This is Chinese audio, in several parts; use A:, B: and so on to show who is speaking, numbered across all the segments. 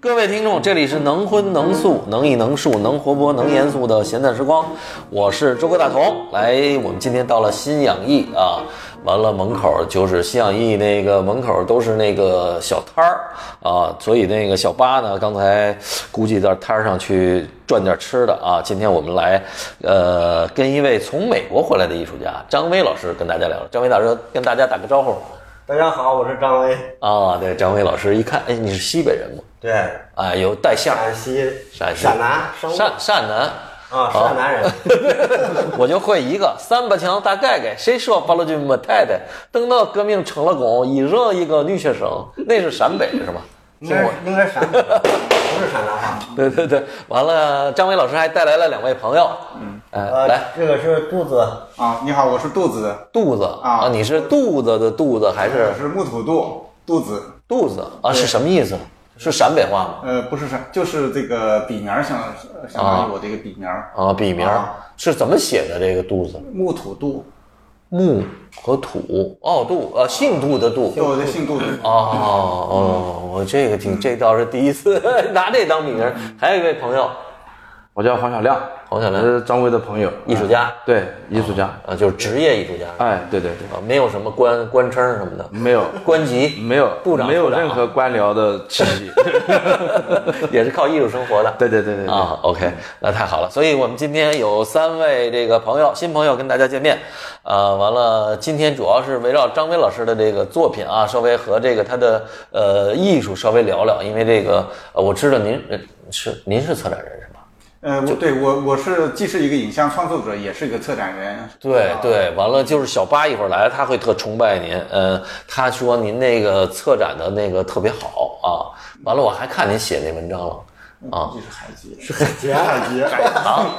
A: 各位听众，这里是能荤能素能艺能术能活泼能严肃的闲淡时光，我是周哥大同。来，我们今天到了新氧艺啊，完了门口就是新氧艺那个门口都是那个小摊儿啊，所以那个小八呢，刚才估计到摊儿上去赚点吃的啊。今天我们来，呃，跟一位从美国回来的艺术家张威老师跟大家聊聊。张威大师跟大家打个招呼
B: 大家好，我是张威。
A: 啊。对，张威老师一看，哎，你是西北人吗？
B: 对，
A: 啊，有带相。
B: 陕西，
A: 陕西
B: 南，生
A: 善善男，
B: 啊，
A: 好
B: 陕南 人。
A: 我就会一个三八强大盖盖，谁说巴拉军没太太？等到革命成了功，一热一个女学生，那是陕北是吗？
B: 应该应该陕北，不是陕南话。
A: 对对对，完了，张伟老师还带来了两位朋友，嗯，呃， 来，
B: 呃，这个是肚子，
C: 啊，你好，我是肚子，
A: 肚子
C: 啊
A: 你是肚子的肚子还是
C: 我是木土肚，肚子，
A: 肚子啊？是什么意思？是陕北话吗？
C: 呃，不是啥，就是这个笔名儿相呃相当于我这个笔名儿，
A: 啊，笔名
C: 啊
A: 是怎么写的？这个肚子
C: 木土肚，
A: 木和土哦，肚呃，姓杜的杜，
C: 就我的姓肚子。
A: 哦哦，我这个
D: 嗯
A: 挺，这倒是第一次 拿这当笔名儿。还有一位朋友，
D: 我叫黄小亮，
A: 黄小亮
D: 我是张威的朋友，嗯
A: 艺术家，
D: 对，艺术家，
A: 啊，就是职业艺术家
D: 哎，对对对，
A: 啊，没有什么官官称什么的，
D: 没有
A: 官籍
D: 没有
A: 部长
D: 没有
A: 部长
D: 任何官僚的气息，
A: 也是靠艺术生活的。
D: 对对对对对，
A: 啊，OK，那太好了。所以我们今天有三位这个朋友，新朋友跟大家见面，呃，完了，今天主要是围绕张威老师的这个作品啊，稍微和这个他的呃艺术稍微聊聊，因为这个呃，我知道您呃是您是策展人是吧？
C: 呃，我对我我是既是一个影像创作者，也是一个策展人。
A: 对对，完了就是小八一会儿来，他会特崇拜您。呃，他说您那个策展的那个特别好啊。完了，我还看您写那文章了啊。
C: 就是海基，
B: 杰海杰，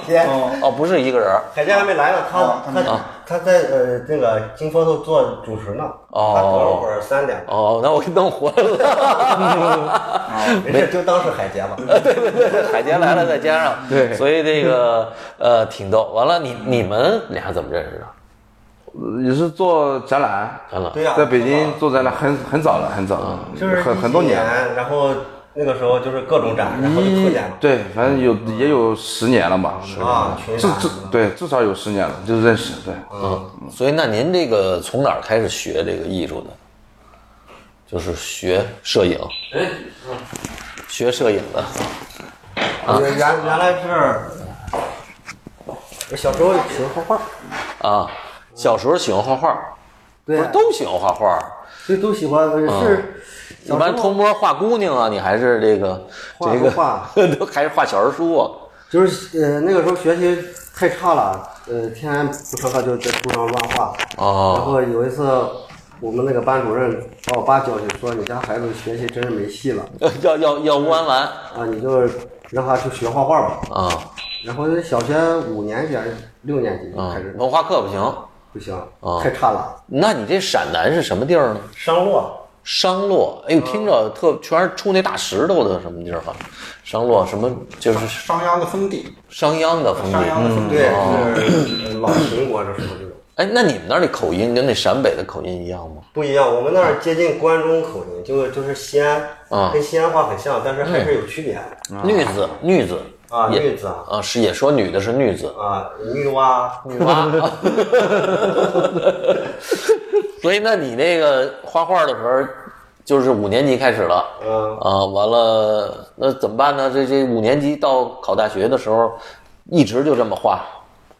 B: 杰，
C: 哦，
A: 哦，不是一个人儿
B: 海杰还没来呢，他
C: 哦他没
B: 他他在呃那个金佛头做主持呢。
A: 哦
B: 他等了会儿三点，
A: 哦，那我给弄混 了。
B: 没事，就当是海 杰吧。
A: 对对对，海杰来了再加上，
D: 对
A: 所以这个呃挺逗。完了，你你们俩怎么认识啊的？
D: 你是做展览，
A: 完了，
B: 对呀，
D: 在北京做展览很很早了，很早
A: 啊
D: 了，
B: 就是
D: 很
B: 17
D: 很多
B: 年
D: 年，，
B: 然后那个时候就是各种
A: 嗯
B: 展，然后就推荐
A: 啊
B: 了。
D: 对，反正有也有十年了吧，是
B: 啊，群
D: 至
B: 展
D: 至对至少有十年了，就认识，对，
A: 嗯，所以那您这个从哪儿开始学这个艺术的？就是学摄影，学摄影的。
B: 原原原来是小时候喜欢画画，
A: 啊，小时候喜欢画画，
B: 对
A: 不是都喜欢画画？
B: 所以都喜欢呃是
A: 嗯一般偷摸画姑娘啊，你还是这个
B: 画
A: 这个
B: 画
A: 都还是画小人书啊？
B: 就是呃那个时候学习太差了，呃天天不上课就在书上乱画。
A: 哦
B: 然后有一次，我们那个班主任把我爸叫去说：“你家孩子学习真是没戏了
A: 要要要弯弯
B: 啊，你就让他去学画画吧。
A: 啊”
B: 然后那小学五年级还是六年级就
A: 啊
B: 开始，
A: 文化课不行。
B: 不行
A: 啊，
B: 太差了。
A: 那你这陕南是什么地儿呢？
B: 商洛
A: 商洛，哎呦，听着特全是出那大石头的什么地儿啊？商洛什么就是
C: 商鞅的封地，
A: 商鞅的风
C: 商鞅
A: 景。
C: 的封地
B: 对
C: 是
B: 呃老秦国这什么这种。
A: 哎，那你们那儿的口音跟那陕北的口音一样吗？
B: 不一样，我们那儿接近关中口音，就就是西安，
A: 啊
B: 跟西安话很像，但是还是有区别。
A: 女子，女子
B: 啊
A: 也
B: 女子啊
A: 啊，是也说女的是女子，
B: 啊，女娲，
A: 女娲。 所以，那你那个画画的时候，就是五年级开始了，
B: 嗯，
A: 啊，完了，那怎么办呢？这这五年级到考大学的时候，一直就这么画，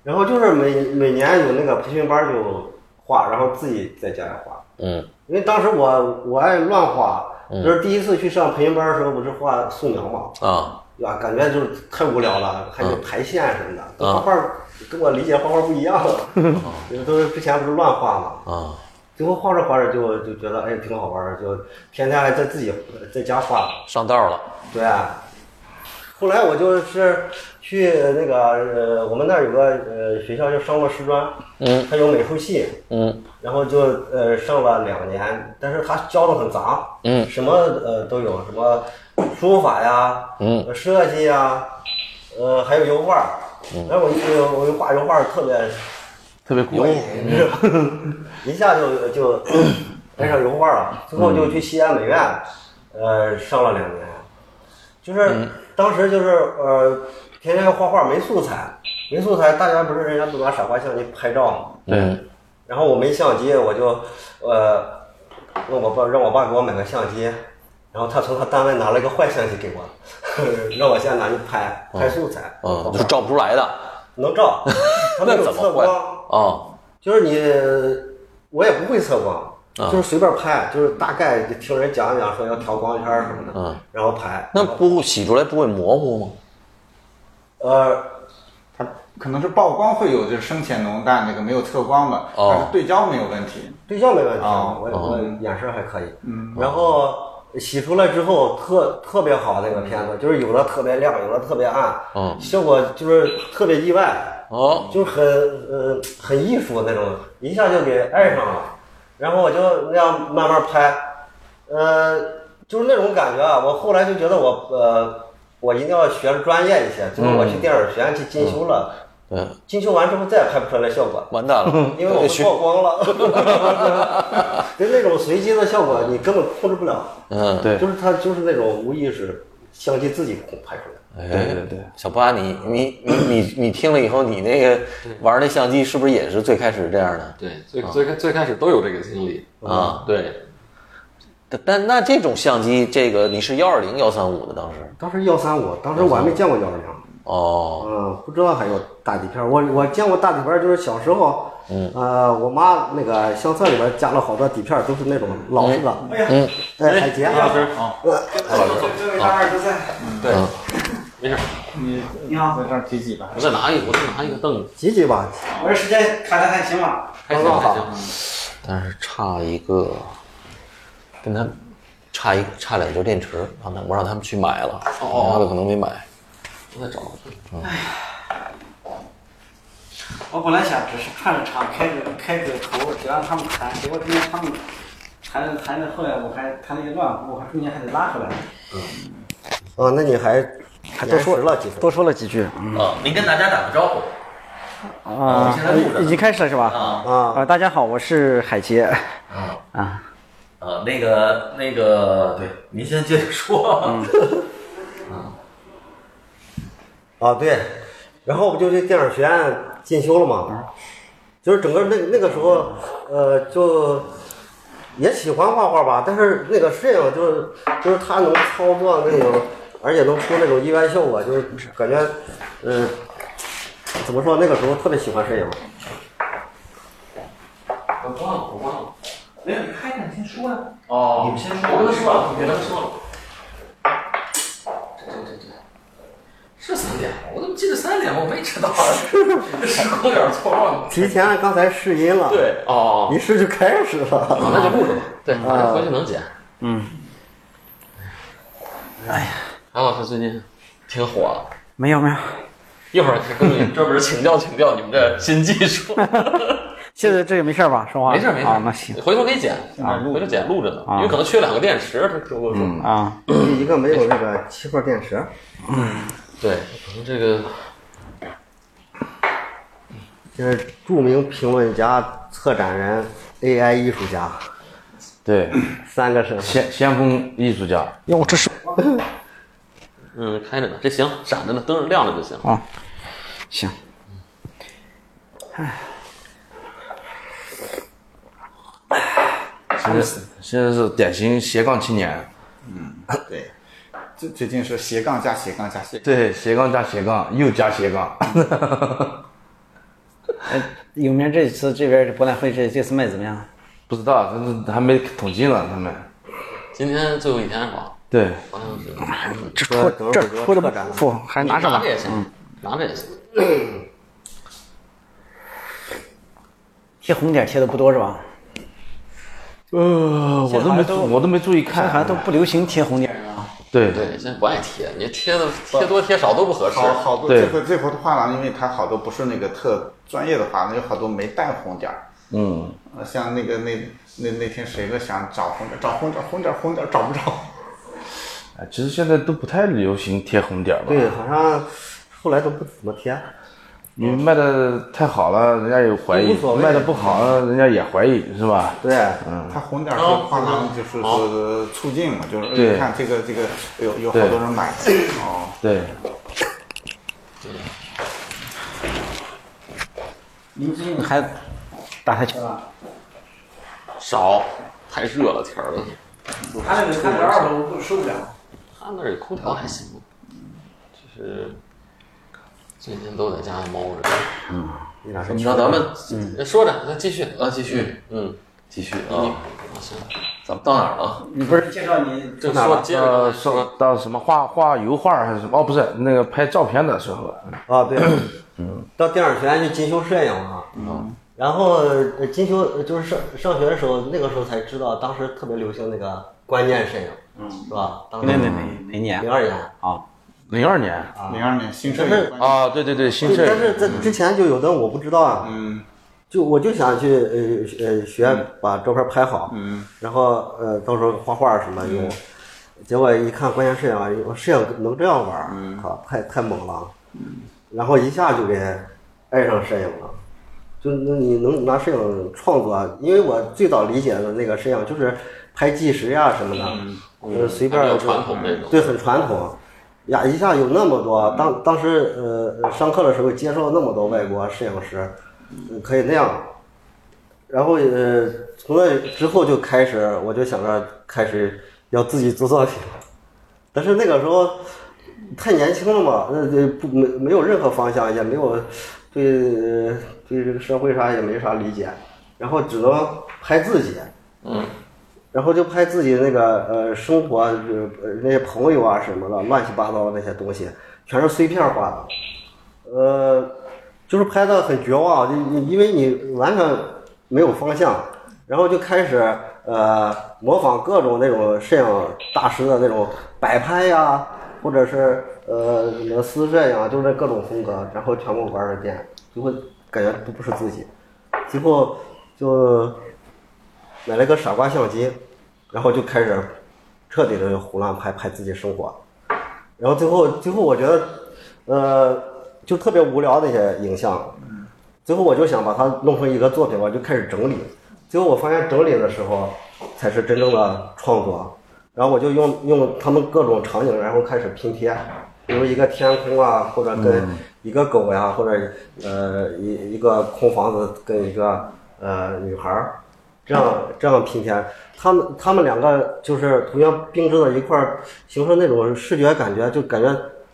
B: 然后就是每每年有那个培训班就画，然后自己在家里画。
A: 嗯，
B: 因为当时我我爱乱画，就是第一次去上培训班的时候，不是画素描嘛，
A: 啊，
B: 对吧？感觉就是太无聊了，还得排线什么的，跟画画跟我理解画画不一样， 都是之前不是乱画嘛，
A: 啊，
B: 最后画着画着就就觉得哎挺好玩儿，就天天还在自己在家画，
A: 上道了，
B: 对、啊后来我就是去那个呃，我们那儿有个呃学校叫商洛师专，
A: 嗯，
B: 它有美术系，
A: 嗯，
B: 然后就呃上了两年，但是他教的很杂，
A: 嗯，
B: 什么呃都有，什么书法呀，
A: 嗯
B: 呃，设计呀，呃，还有油画，嗯，然后我就我就画油画特别
D: 特别过瘾，
A: 哦
B: 一下 就就
A: 嗯
B: 爱上油画了，最后就去西安美院，呃，上了两年，就是
A: 嗯
B: 当时就是呃，天天画画没素材，没素材，大家不是人家都拿傻瓜相机拍照吗？
A: 对，
B: 然后我没相机，我就呃问我爸让我爸给我买个相机，然后他从他单位拿了一个坏相机给我， 让我现在拿去拍拍素材，
A: 嗯，就是照不出来的
B: 能照，他没有
A: 那怎么
B: 测
A: 会
B: 光，
A: 啊，
B: 就是你我也不会测光。
A: 啊
B: 就是随便拍，就是大概就听人讲一讲说要调光圈什么的，
A: 嗯
B: 然后拍。
A: 那不洗出来不会模糊吗？
B: 呃，
C: 它可能是曝光会有就是深浅浓淡这个没有测光吧，
A: 哦
C: 但是对焦没有问题。
B: 对象没问题，
C: 啊
B: 我我眼神还可以。嗯，然后洗出来之后特特别好，那个片子就是有的特别亮，有的特别暗，
A: 嗯
B: 效果就是特别意外，
A: 哦，
B: 就是很呃很艺术那种，一下就给爱上了。然后我就那样慢慢拍，呃，就是那种感觉啊。我后来就觉得我呃，我一定要学着专业一些，就是我去电影学院去进修了，
A: 嗯，
B: 进修完之后再也拍不出来效果。
A: 完蛋了，
B: 因为我
A: 得
B: 们
A: 学
B: 曝光 了，就那种随机的效果你根本控制不了，
A: 嗯，
D: 对
B: 就是它就是那种无意识相机自己拍出来。
A: 对
D: 对对对，
A: 哎小巴，你你你你你听了以后，你那个玩那相机是不是也是最开始这样的？
E: 对，啊最最开最开始都有这个经历
A: 啊
E: 对，
A: 但但那这种相机，这个你是幺二零幺三五的当时
B: 当时幺三五，当时我还没见过幺二零，
A: 哦，
B: 嗯，不知道还有大底片儿。我我见过大底片儿，就是小时候，嗯，呃，我妈那个相册里边加了好多底片儿，都是那种老式的，
C: 嗯，
B: 哎，海杰啊，
C: 这位大二不在，
F: 嗯
E: 没事，
C: 你
F: 你好，
C: 在这儿提几吧
E: 我。再拿一个，我再拿一个凳子，
B: 挤挤吧，
F: 我这时间卡的还行吧？
E: 还行还
F: 啊
E: 行。
A: 但是差一个，跟他差一差两节电池，让他我让他们去买了，哦，他的可能没买。
E: 我再找找。
F: 我本来想只是串着场开个开个头，只让他们谈，结果中间他们谈着谈着，后来我还谈了一个乱乎，我还中间还得拉回来。
B: 啊，那你还还多说了几分
F: 多说了几句
E: 哦呃
A: 啊，您跟大家打个招呼。
F: 啊
A: 现在录着呢
F: 已经开始了是吧？
B: 啊，
F: 啊，大家好，我是海杰。啊，
A: 呃，那个那个，对，您先接着说。
B: 啊，对，然后我不就去电影学院进修了嘛，就是整个那那个时候，呃，就也喜欢画画吧，但是那个摄影就是就是他能操作那种，而且能出那种意外效果，就是感觉，呃，怎么说那个时候特别喜欢摄影，
E: 我忘了，我忘了。
F: 没有，你开着，你先说呀。
E: 哦，你们先说，我跟他说了，我跟他说了。这这这这，是三点吗？我怎么记得三点？我没迟到啊，时空有点错乱了。
B: 提前刚才试音了，
E: 对，哦，
B: 仪式就开始了，
E: 那就录着吧。啊对，反
F: 啊
E: 正回去能剪。
F: 嗯。
E: 哎呀，韩
A: 啊
E: 老师最近挺火的。
F: 没有没有，
E: 一会儿跟你
A: 嗯
E: 们专门请教请教你们这新技术。
F: 现在这个没事儿吧？说话
E: 没事没事，
F: 啊，那行
E: 回头给你剪
C: 在
E: 啊，
C: 录
E: 回头剪录着呢，
F: 啊
E: 因为可能缺两个电池。他跟我说，
F: 啊，
B: 一个没有那个七块电池，
E: 对，可能这个
B: 这是著名评论家、策展人、AI 艺术家
D: 对，
B: 三个身份。
D: 先先锋艺术家，
F: 哟，我这是
E: 嗯开着呢，这行闪着呢，灯亮着就行。
F: 啊，行，
D: 现在现在是典型斜杠青年，
C: 对，最最近是斜杠加斜杠加斜杠。
D: 对，斜杠加斜杠又加斜 杠，
F: 永明这次这边博览会这这次卖怎么样？
D: 不知道，但是还没统计呢，他们。
E: 今天最后一天是吧？
D: 对，
E: 好像是，
F: 这
B: 说等
F: 出
B: 会
F: 这
B: 儿说
F: 出的
B: 特展
F: 不还拿上吧
E: 拿着？也行，
A: 嗯
E: 拿着也行。
F: 贴红点贴的不多是吧？
D: 呃，我都没注我都没注意
F: 现在好
D: 看，
F: 像都不流行贴红点了。
D: 对
E: 对，现在不爱贴，你贴的贴多贴少都不合适。
C: 好好多
D: 对
C: 这回这回的画廊，因为它好多不是那个特专业的画廊，有好多没带红点儿。
D: 嗯，
C: 呃像那个那那那天谁个想找红点儿，找红点儿，红点儿，红点儿找不着。
D: 哎其实现在都不太流行贴红点儿吧？
B: 对，好像后来都不怎么贴。
D: 你卖的太好了，人家有怀疑
B: 无所；谓
D: 卖的不好了，人家也怀疑，是吧？
B: 对，
D: 嗯
C: 他哦红点儿是夸张，就是说促进嘛，就是
D: 对
C: 你看这个这个有有好
D: 对
C: 多人买哦，
D: 对，
G: 您最近还打台球了？
E: 少，太热了，天儿了。
G: 他那个看个二楼不受不了。
E: 他那儿空调还行，就是最近都在家猫着。
B: 你俩是
E: 你说咱们
F: 嗯
E: 说着，那继续啊，继续，嗯，
A: 继续
E: 你
A: 啊，
E: 行，
A: 咱们到哪儿了？
G: 你不是介绍你
F: 嗯
E: 就说接
D: 呃，
E: 着
D: 说
E: 说，
D: 到什么画画油画还是什么？哦，不是那个拍照片的时候，
B: 啊，对，到电影学院去进修摄影了。嗯，然后呃进修呃就是上上学的时候，那个时候才知道，当时特别流行那个观念摄影，嗯，是吧？当时
G: 那那哪哪年
B: 零？二年，
G: 啊，
D: 零二年
C: 零二年新车
B: 但是
C: 有关系，
D: 啊，对对对，新
B: 啊对，
D: 摄
B: 但
D: 影
B: 是在之前就有的我不知道啊，
C: 嗯，
B: 就我就想去呃呃学院把照片拍好，
C: 嗯，
B: 然后呃到时候画画什么用，结果一看观念摄影啊，我摄影能这样玩儿，嗯，靠，太太猛了，然后一下就给爱上摄影了。就那你能拿摄影创作啊，因为我最早理解的那个摄影就是拍纪实呀、什么的，呃，随便
E: 嗯还没有
B: 就
E: 传统那种嗯
B: 对，很传统。呀，一下有那么多，当当时呃上课的时候接受那么多外国摄影师，呃可以那样。然后呃，从那之后就开始，我就想着开始要自己做作品，但是那个时候太年轻了嘛，那这不没没有任何方向，也没有对呃对这个社会啥也没啥理解，然后只能拍自己，
E: 嗯，
B: 然后就拍自己那个呃生活呃呃那些朋友啊什么的乱七八糟的那些东西，全是碎片化的。呃，就是拍的很绝望，就你因为你完全没有方向，然后就开始呃模仿各种那种摄影大师的那种摆拍呀、或者是呃什么私摄影啊，就是各种风格，然后全部玩了一遍，就会感觉都不是自己，最后就买了个傻瓜相机，然后就开始彻底的胡乱拍拍自己生活。然后最后最后我觉得，呃，就特别无聊的一些影像，最后我就想把它弄成一个作品，我就开始整理。最后我发现整理的时候才是真正的创作，然后我就用用他们各种场景，然后开始拼贴，比如一个天空啊，或者跟一个狗呀、或者呃一一个空房子跟一个呃女孩儿，这样这样拼贴，他们他们两个就是同样并置在一块儿，形成那种视觉感觉，就感觉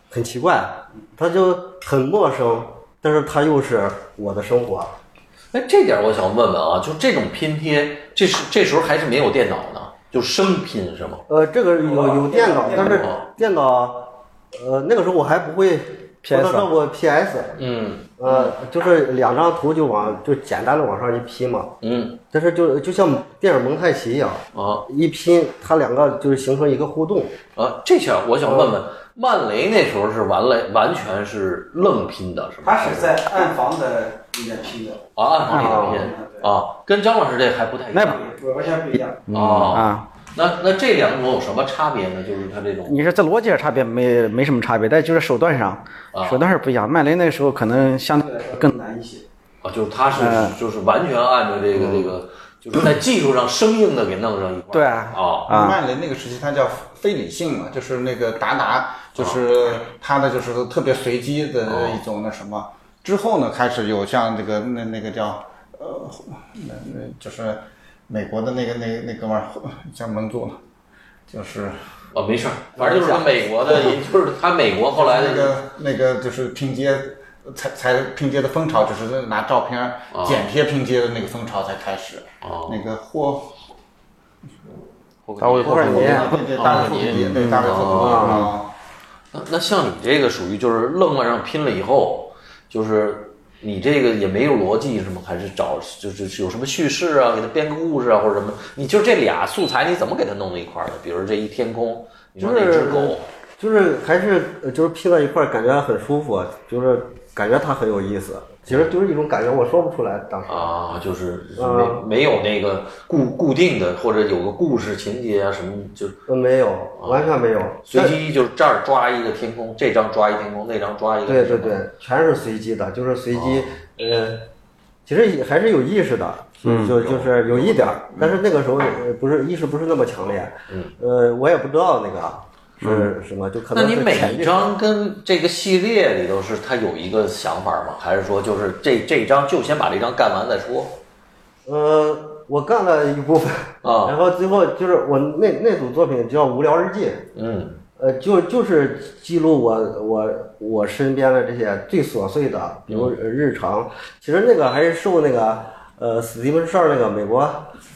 B: 很奇怪，它就很陌生，但是它又是我的生活。
A: 哎，这点我想问问啊，就这种拼贴，这是这时候还是没有电脑呢，就生拼是吗？
B: 呃，这个有有电脑，但是电脑，呃，那个时候我还不会
D: PS
B: 我那时候我 PS，
A: 嗯
B: 呃，就是两张图就往就简单的往上一拼嘛，
A: 嗯
B: 但是就就像电影蒙太奇一样，
A: 啊
B: 一拼它两个就是形成一个互动。
A: 啊，这下我想问问，曼雷那时候是完了完全是愣拼的是吗？
G: 他是在暗房的里面拼的，
A: 啊，按照拼
G: 对
A: 啊，跟张老师这还不太一样
F: 那
G: 不完全不一样。
A: 啊。
F: 啊，嗯
A: 那那这两种有什么差别呢？就是它这种
F: 你说这逻辑上差别没没什么嗯差别，但就是手段上
A: 啊，
F: 手段上不一样。曼联那个时候可能相对
G: 对来说
F: 更
G: 更难一些。
A: 啊，就是它是就是完全按照这个这个，就是在技术上生硬的给弄上一块儿。
F: 对
A: 啊，
F: 啊
C: 曼联那个时期，它叫非理性嘛，就是那个达达，就是他的就是特别随机的一种那什么。之后呢，开始有像这个那那个叫呃，那那就是美国的那个那那哥们儿叫蒙住了，就是
A: 哦，没事儿，反正就是跟美国的，也 就是他美国后来的
C: 那个那个就是拼接。才才拼接的风潮，就是拿照片儿剪贴拼接的那个风潮才开始。
A: 哦
C: 那个霍
D: 大卫霍
B: 尔
D: 克
B: 尼
D: 尼，
C: 对对，大卫霍克尼，对大卫霍克尼啊。
A: 那那像你这个属于就是愣往上拼了以后，就是你这个也没有逻辑是吗？还是找就是是有什么叙事啊，给他编个故事啊，或者什么？你就这俩素材你怎么给它弄到一块儿的？比如这一天空，你说那只狗，
B: 就是还是呃就是拼到一块儿，感觉很舒服，就是感觉它很有意思。其实就是一种感觉，我说不出来当时。
A: 啊，就是没、
B: 啊
A: 没有那个固固定的，或者有个故事情节啊什么，就是
B: 呃，没有，完全没有，
A: 随机，就是这儿抓一个天空，这张抓一天空，那张抓一个。
B: 对对对，全是随机的，就是随机，呃，其实也还是有意识的，嗯，就就是有一点儿，但是那个时候呃不是意识不是那么强烈，嗯，呃，我也不知道那个是什么，就可
A: 那
B: 能
A: 你
B: 是
A: 每
B: 潜
A: 一
B: 意识
A: 张跟这个系列里头是它有一个想法吗？还是说就是这这张就先把这张干完再说？
B: 呃，我干了一部分
A: 啊
B: 然后最后就是我那那组作品叫《无聊日记》，
A: 嗯
B: 呃，就就是记录我我我身边的这些最琐碎的，比
A: 嗯
B: 如日常。其实那个还是受那个呃史蒂文绍那个美国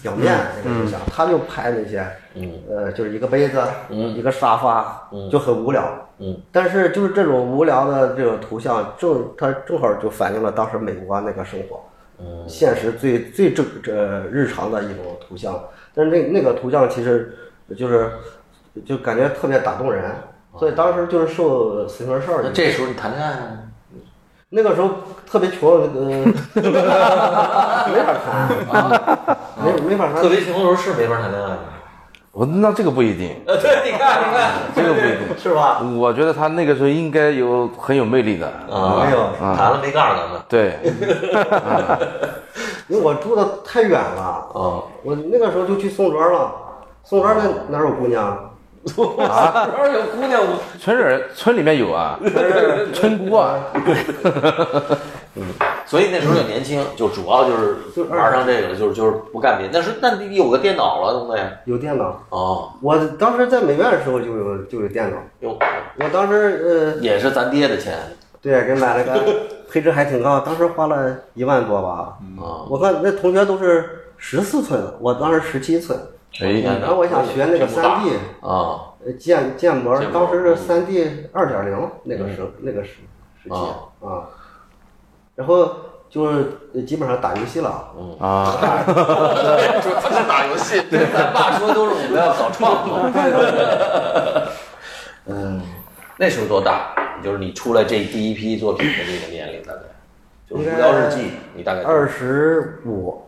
B: 表面那个影响，他就拍那些，
A: 嗯
B: 呃，就是一个杯子，一个沙发，就很无聊。
A: 嗯，
B: 但是就是这种无聊的这种图像，正它正好就反映了当时美国那个生活，嗯，现实最最正呃日常的一种图像。但是那那个图像其实就是就感觉特别打动人，所以当时就是受随风少
A: 那
B: 影响。
A: 这时候你谈恋爱了吗？
B: 那个时候特别穷，呃，没法谈， 没没法
A: 特
B: 谈。
A: 别穷的时候是没法谈恋爱的。
D: 我那这个不一定，
B: 啊
A: 呃，对，你看，你看，
D: 这个不一定。
B: 是吧？
D: 我觉得他那个时候应该有很有魅力的
A: 啊，
B: 没有
A: 谈了没告诉咱们。
D: 对，
B: 因为我住的太远了，
A: 啊，
B: 我那个时候就去宋庄了，宋庄那哪有姑娘？
A: 要是有姑娘，我
D: 村人村里面有 啊，村姑啊，
A: 所以那时候就年轻，就主要就是玩上这个了，就是就是不干别的。那时候那你有个电脑了，东西
B: 有电脑，
A: 哦，
B: 我当时在美院的时候就有就有电脑，
A: 哟，
B: 我当时
A: 也是咱爹的钱
B: 呃，对，给买了个配置还挺高，当时花了一万多吧。
A: 啊。
B: 我看那同学都是十四寸，我当时十七寸，
D: 哎，
B: 然后我想学那个三 D
A: 啊
B: 呃建建模
E: 建，模
B: 当时是三 D 二点零那个时候那个时时期
A: 啊
B: 啊，然后就是呃基本上打游戏了，
D: 啊
E: 主要是打 游戏，
A: 咱爸说都是我们要搞创 作。嗯，那时候多大？就是你出来这第一批作品的这个年龄，大概就是《无聊日记》，你大概
B: 二十五、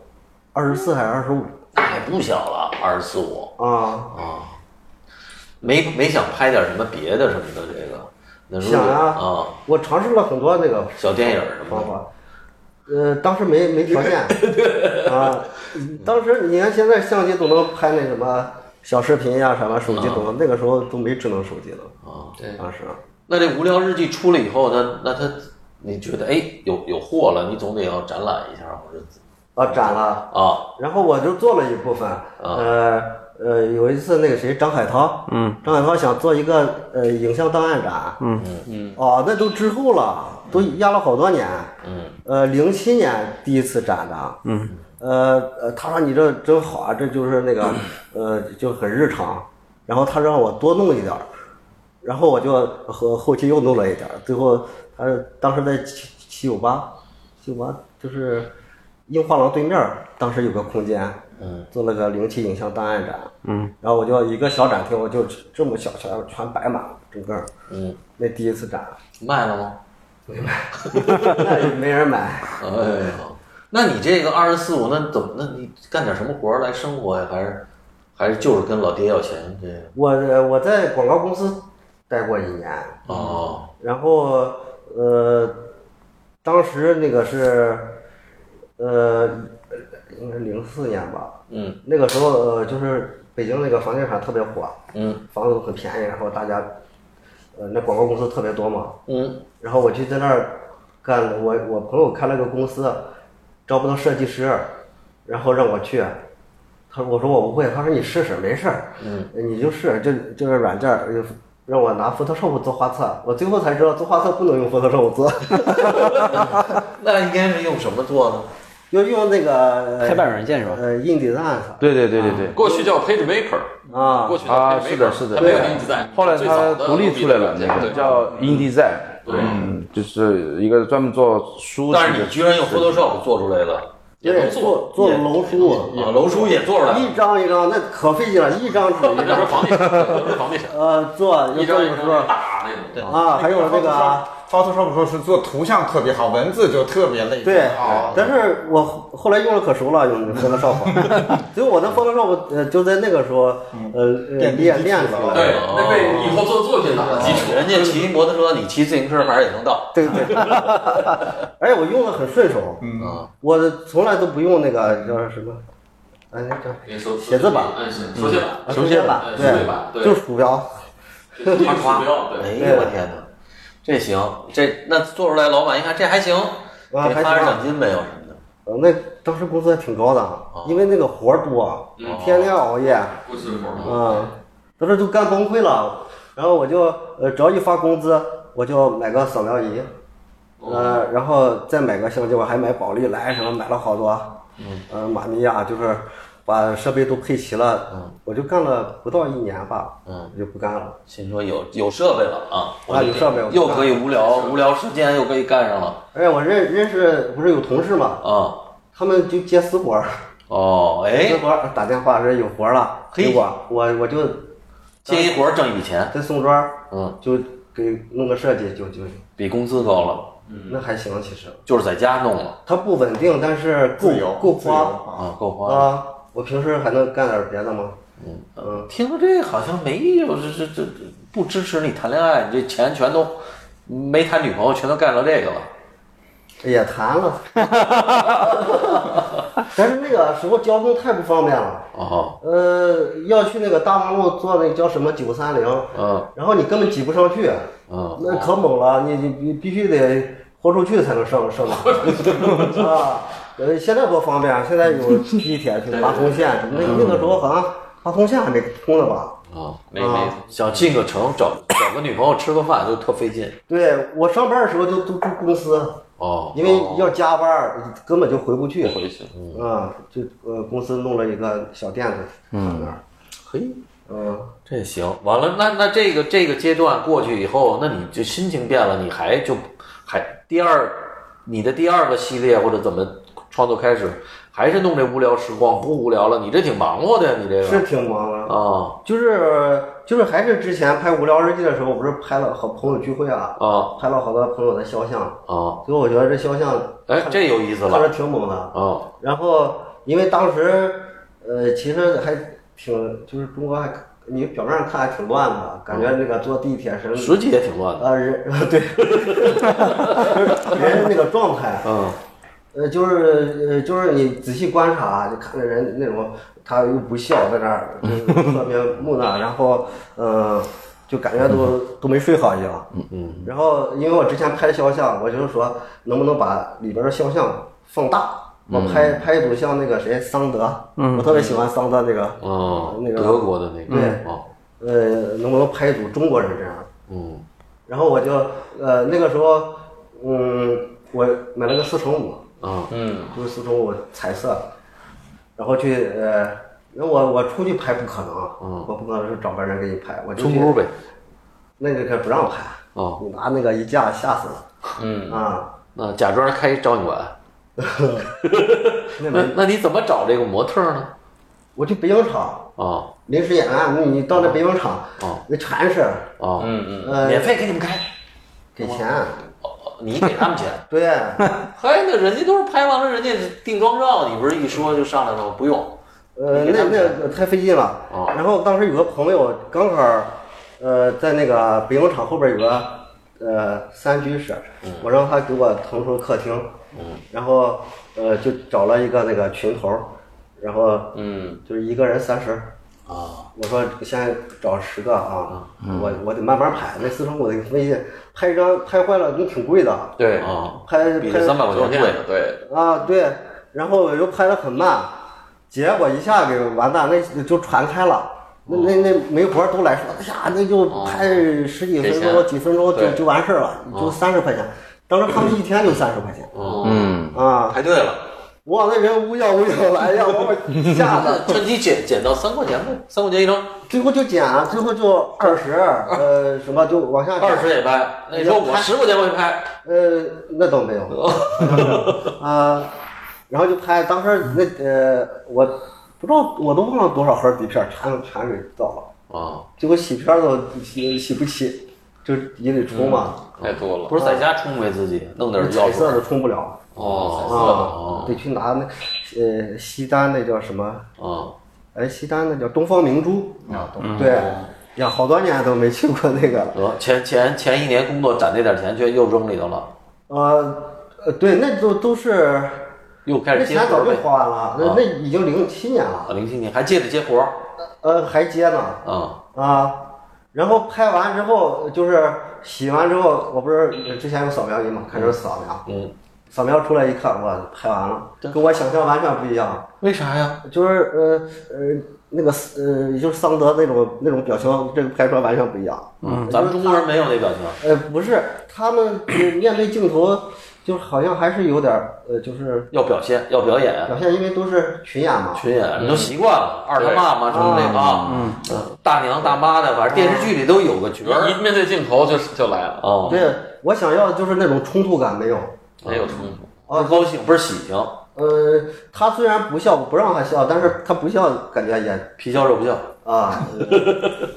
B: 二十四还是二十五
A: 那也不小了，二十四五。
B: 啊？
A: 啊，没没想拍点什么别的什么的，这个那时候
B: 想啊
A: 啊，
B: 我尝试了很多那个
A: 小电影什
B: 方
A: 么
B: 法，呃，当时没没条件啊。当时你看现在相机都能拍那什么小视频呀、什么手机都能，那个时候都没智能手机
A: 的
B: 了。
A: 啊。
E: 对，
B: 当时
A: 那这《无聊日记》出了以后，那那他你觉得哎有有货了，你总得要展览一下或者
B: 啊展了，
A: 啊
B: 然后我就做了一部分，呃呃，有一次那个谁张海涛，嗯，张海涛想做一个呃影像档案展，嗯嗯，哦，那都之后了，都压了好多年，嗯，呃，零七年第一次展的，嗯，呃呃，他说你这真好啊，这就是那个呃就很日常，然后他让我多弄一点儿，然后我就和后期又弄了一点儿，最后他当时在七七九八，七九八就是樱花廊对面儿，当时有个空间，嗯，做了个灵气影像档案展，嗯，然后我就一个小展厅，我就这么小全全摆满了，整个，
A: 嗯，
B: 那第一次展，
A: 卖了吗？
B: 那也没人买，
A: 哎呦，那你这个二十四五，那怎么？那你干点什么活儿来生活呀？还是还是就是跟老爹要钱这个？
B: 我我在广告公司待过一年，
H: 嗯
A: 哦，
B: 然后呃，当时那个是，呃，应该是零四年吧。
A: 嗯。
B: 那个时候呃，就是北京那个房地产特别火，
A: 嗯
B: 房子都很便宜，然后大家，呃，那广告公司特别多嘛。
A: 嗯
B: 然后我就在那儿干，我我朋友开了个公司，招不到设计师，然后让我去。他说：“我说我不会。”他说：“你试试，没事儿，嗯，你就试，就就是软件儿，就让我拿 Photoshop 做画册。我最后才知道做画册不能用 Photoshop 做，
A: 那应该是用什么做呢？
B: 要用那个 呃
F: 开办软件是吧？
B: 呃 InDesign
D: 对对对对对，
E: 过去叫 Page Maker，
B: 啊
E: 过去叫
D: 啊
E: Page Maker，
D: 是的是的
E: 它没有 InDesign，
D: 后来
E: 最早
D: 他
E: 的
D: 独立出来了，
E: Adobe
D: 那
E: 的
D: 个
E: 软件对
D: 叫 InDesign，嗯，就是一个专门做书籍
A: 但是
D: 的
A: 你居然用 Photoshop 做出来了，
E: 也
B: 对
E: 能
B: 做
E: 做
B: 做楼书，
A: 啊，楼叔也做出来了。
B: 一张一张那可费劲了，一张纸一
E: 那
B: 张
E: 是，房地产，那是房地产。
B: 呃，做
E: 一
B: 就
E: 张
B: 做
E: 一
B: 有
E: 张
B: 时候
E: 大
H: 卡那种。
C: 对
B: 啊还有那个
C: Photoshop 说是做图像特别好，文字就特别哦累。
B: 对
C: 好，，
B: 但是我后后来用了可熟了，用 Photoshop，所以 我的 Photoshop 呃就在那个时候呃呃
C: 变
B: 练
C: 成
B: 练
C: 基
B: 起
C: 础
B: 来
C: 了
B: 了，
H: 对，那为以后做作品打的基础。
A: 啊人家骑摩托车，你骑自行车，反正也能到。
B: 对对，而且我用的很顺手，啊
A: 嗯，
B: 我从来都不用那个叫什么，哎那叫
H: 别说
B: 写字板
H: 嗯，写手写板，
B: 啊手写板
H: 嗯，手写板
B: 对，
H: 对
B: 就是鼠标，
H: 这这个鼠标，
A: 哎
H: 对，
A: 呦我天哪，这行，这那做出来，老板一看这还行，这
B: 啊还行
A: 发
B: 啊
A: 点奖金没有什么的。
B: 呃那当时工资还挺高的，因为那个活儿多，
H: 嗯
B: 天天熬夜，啊，
H: 不是活嘛。
B: 当啊时就干崩溃了，然后我就呃只要一发工资，我就买个扫描仪。
A: 哦
B: 呃，然后再买个相机，我还买宝丽来什么，买了好多，嗯，呃，玛尼亚就是把设备都配齐了，嗯，我就干了不到一年吧，
A: 嗯，
B: 我就不干了，
A: 心说有有设备了啊，我就
B: 有设备我
A: 又可以无聊无聊时间又可以干上了
B: 而且哎我认认识不是有同事嘛，
A: 啊。
B: 他们就接私活儿，
A: 哦，
B: 接
A: 哎，
B: 活儿打电话说有活儿了，
A: 嘿
B: 给我，我我就
A: 接一活儿挣一笔钱，
B: 在宋庄儿
A: 嗯，
B: 就给弄个设计，就就
A: 比工资高了，
B: 那还行，其实
A: 就是在家弄了
B: 它不稳定，但是够
C: 自由
B: 够
C: 自由
B: 花
C: 啊。
A: 啊，够花了。
B: 啊，我平时还能干点别的吗？嗯
A: 听说这好像没有，这这这这不支持你谈恋爱，你这钱全都没谈女朋友，全都干到这个了。
B: 也谈了， 但是那个时候交通太不方便了。
A: 哦，
B: 呃，要去那个大马路坐那个叫什么九三零，
A: 嗯
B: 然后你根本挤不上去，
A: 嗯，
B: 那可猛了，你你你必须得豁出去才能上上马路 啊。呃，现在多方便啊，现在有地 铁去八通线什么的，那个时候好像八通线还没通呢吧？
A: 哦，没没，想进个城找找个女朋友吃个饭就特费劲。
B: 对我上班的时候就都住公司，
A: 哦，
B: 因为要加班儿，根本就回不去。
A: 回去，嗯，
B: 啊，就呃，公司弄了一个小店子，嗯，那儿，
A: 嘿，
B: 嗯，
A: 这行完了，那那这个这个阶段过去以后，那你就心情变了，你还就还第二你的第二个系列或者怎么创作开始，还是弄这无聊时光，不无聊了，你这挺忙活的呀，你这个
B: 是挺忙的，
A: 啊
B: 就是就是还是之前拍《无聊日记》的时候，我不是拍了好朋友聚会啊，
A: 啊
B: 拍了好多朋友的肖像，
A: 啊！
B: 所以我觉得这肖像
A: 哎，
B: 看
A: 这有意思
B: 看着
A: 了
B: 挺猛的。
A: 啊！
B: 然后因为当时呃，其实还挺就是中国还你表面上看还挺乱的，
A: 嗯
B: 感觉那个坐地铁什么
A: 实际也挺乱的，
B: 啊人 对，就是人那个状态，
A: 嗯
B: 呃，就是呃，就是你仔细观察，啊就看着人那种，他又不笑，在那儿就是 特别木讷，然后呃，就感觉 都都没睡好一样。嗯嗯。然后，因为我之前拍肖像，我就是说能不能把里边的肖像放大，我拍
A: 嗯
B: 拍一组像那个谁桑德，我特别喜欢桑德那个，
A: 嗯，
B: 那个
A: 德国的那个，
B: 对
A: 哦，
B: 呃，能不能拍一组中国人这样？
A: 嗯
B: 然后我就呃那个时候，嗯，我买了个四乘五。
A: 啊
C: 嗯，
B: 就是四中我彩色，然后去呃，那我我出去拍不可能，
A: 嗯
B: 我不可能是找个人给你拍，我就
A: 出
B: 去
A: 屋呗，
B: 那个可不让拍，
A: 哦
B: 你拿那个一架吓死了，嗯啊，
A: 那假装开一照相馆，
B: 那
A: 那
B: 没，
A: 那你怎么找这个模特呢？
B: 我去北影厂
A: 啊
B: 临时演员，你你到那北影厂
A: 哦，
B: 那全是
A: 啊，
E: 嗯
B: 呃
A: 免费给你们开，
B: 给钱，
A: 哦你给他们钱，
B: 对，啊
A: 嘿，那人家都是拍完了，人家定妆照，你不是一说就上来了吗？不用，
B: 呃，
A: 你给
B: 那
A: 他们
B: 那太费劲了。
A: 哦
B: 然后当时有个朋友刚好，呃，在那个北影厂后边有个呃三居室，
A: 嗯
B: 我让他给我腾出客厅，然后呃就找了一个那个群头，然后
E: 嗯
B: 就是一个人三十。
A: 啊，
B: 我说先找十个啊，
A: 嗯
B: 我我得慢慢拍，那四乘五得费劲，拍一张拍坏了那挺贵的，
E: 对，
A: 啊，
B: 拍
A: 比
B: 拍
A: 这三百块
E: 都
A: 钱
E: 贵
A: 贵，
E: 的，对，
B: 啊，对，然后我又拍的很慢，结果一下给完蛋，那就传开了。那那那媒婆都来说，哎呀，那就拍十几分
E: 给
B: 钟、
E: 钱
B: 几分钟就
E: 对
B: 就完事儿了，就三十块钱。当时他们一天就三十块钱
D: 嗯，
B: 啊！
A: 排队了，
B: 哇，那人乌泱乌泱来哎呀，把我吓
A: 那
B: 得，
A: 趁机减减到三块钱呗，三块钱一张，
B: 最后就减，啊最后就二十，呃，什么就往下减
A: 二十，也拍，那你说我十块钱我也拍，
B: 呃，那倒没有 啊。然后就拍，当时那呃，我不知道我都忘了多少盒底片，全全给造了。
A: 啊
B: 结果洗片儿都洗洗不起，就也得冲嘛，
E: 太多了。
A: 不是在家冲呗自己，啊弄点
B: 嗯那
A: 儿药水
B: 彩色
A: 儿。
B: 的冲不了
A: 哦，
B: 啊，得去拿那呃西单那叫什么？
A: 嗯，
B: 哎，西单那叫东方明珠啊，对，呀，好多年都没去过那个了。
A: 得前前前一年工作攒那点钱，却又扔里头了，
B: 呃呃，对，那都都是
A: 又开
B: 那
A: 始接
B: 钱
A: 活
B: 早
A: 儿
B: 就
A: 呗。
B: 花完了，那
A: 啊
B: 那已经零七年了，
A: 啊，零七年还接着接活儿
B: 呃，还接呢。
A: 啊，
B: 啊，然后拍完之后就是洗完之后，我不是之前有扫描仪嘛，开始扫描，
A: 嗯，
B: 扫描出来一看，哇，拍完了，
A: 对
B: 跟我想象完全不一样，
A: 为啥呀？
B: 就是呃呃那个呃就是桑德那种那种表情，这个拍出来完全不一样。啊
A: 嗯，咱们中国人没有那表情。
B: 呃，不是，他们呃 面对镜头，就是好像还是有点儿呃，就是
A: 要表现，要表演，
B: 表现，因为都是群演嘛，
A: 群演你都习惯了，二他妈嘛什么那个啊，嗯，大娘大妈的，反正电视剧里都有个角儿
E: 一面对镜头就就来了，
A: 啊，
B: 对我想要就是那种冲突感哦没有。
E: 没有冲突。
A: 不是高兴不是喜庆，
B: 呃，他虽然不笑，我不让他笑，但是他不笑，感觉也
A: 皮笑肉不笑。
B: 啊。呃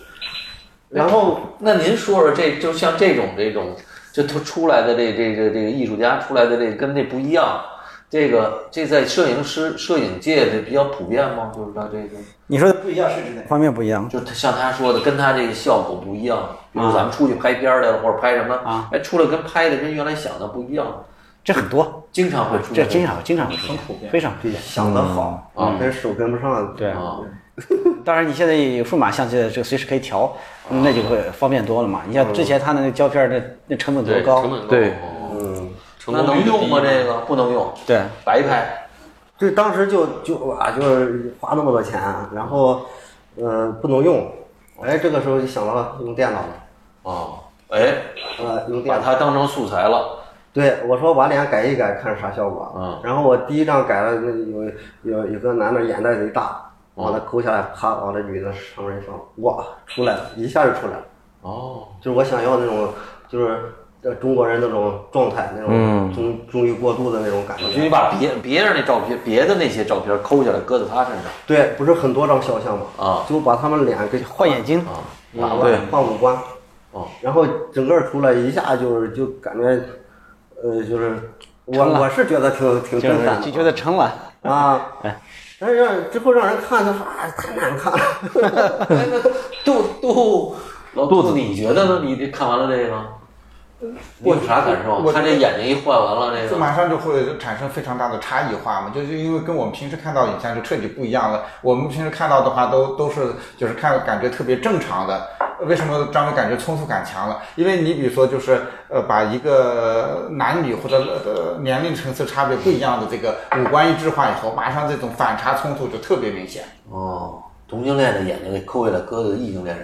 B: 然后
A: 那您说说这，就像这种这种，就他出来的这这这这个艺术家出来的这跟这不一样，这个这在摄影师摄影界这比较普遍吗？就是他这个，
F: 你说的
G: 不一样是指哪？
F: 方面不一样，
A: 就他像他说的，跟他这个效果不一样。比如咱们出去拍片儿来了，或者拍什么，
F: 啊
A: 哎，出来跟拍的跟原来想的不一样，
F: 这很多，
A: 经常会出
F: 这
A: 现。
F: 经常经常会出现，非常普遍。
B: 想得好，但是手跟不上。
F: 对
A: 啊，
F: 当然你现在有数码相机的，这个随时可以调，
G: 啊
F: 那就会方便多了嘛。你像之前他那个胶片儿，那那成本多
E: 对，成
F: 高，
E: 本高。
D: 对
E: 嗯，成
A: 那
E: 功率
A: 能用吗？
E: 低
A: 这个不能用，
F: 对，
A: 白拍。
B: 对，当时就就啊，就是花那么多钱，然后呃不能用，哎，这个时候就想到用电脑了，
A: 哦，哎，
B: 呃，用电
A: 把
B: 脑。
A: 它当成素材了。
B: 对，我说把脸改一改，看是啥效果。
A: 嗯
B: 然后我第一张改了，那有有有个男的眼袋贼大，
A: 嗯
B: 往那抠下来，啪，往那女的上面一放，哇，出来了，一下就出来了。
A: 哦，
B: 就是我想要那种，就是呃中国人那种状态，那种
A: 嗯
B: 终、终于过渡的那种感
A: 就你
B: 觉。
A: 把别别人那照片、别的那些照片抠下来搁在他身上。
B: 对，不是很多张肖像嘛，
A: 啊
B: 就把他们脸给
F: 换眼睛，
B: 打乱，换五官，
A: 哦，
B: 然后整个出来一下就是就感觉，呃，就是我我是觉得挺挺
F: 就
B: 震
F: 是
B: 撼
F: 就
B: 的
F: 觉得成了。
B: 啊，但是让之后让人看，他说啊太难看了，
A: 哎 那肚肚老肚子，你觉得呢？你这看完了这个，你有啥感受？
C: 我
A: 看这眼睛一换完了这
C: 就
A: 个，
C: 马上就会产生非常大的差异化嘛，就是因为跟我们平时看到影像就彻底不一样了。我们平时看到的话都都是就是看感觉特别正常的，为什么张伟感觉冲突感强了？因为你比如说就是呃把一个男女或者呃年龄层次差别不一样的这个五官一致化以后，马上这种反差冲突就特别明显。
A: 哦，同性恋的眼睛给抠下来搁在异性恋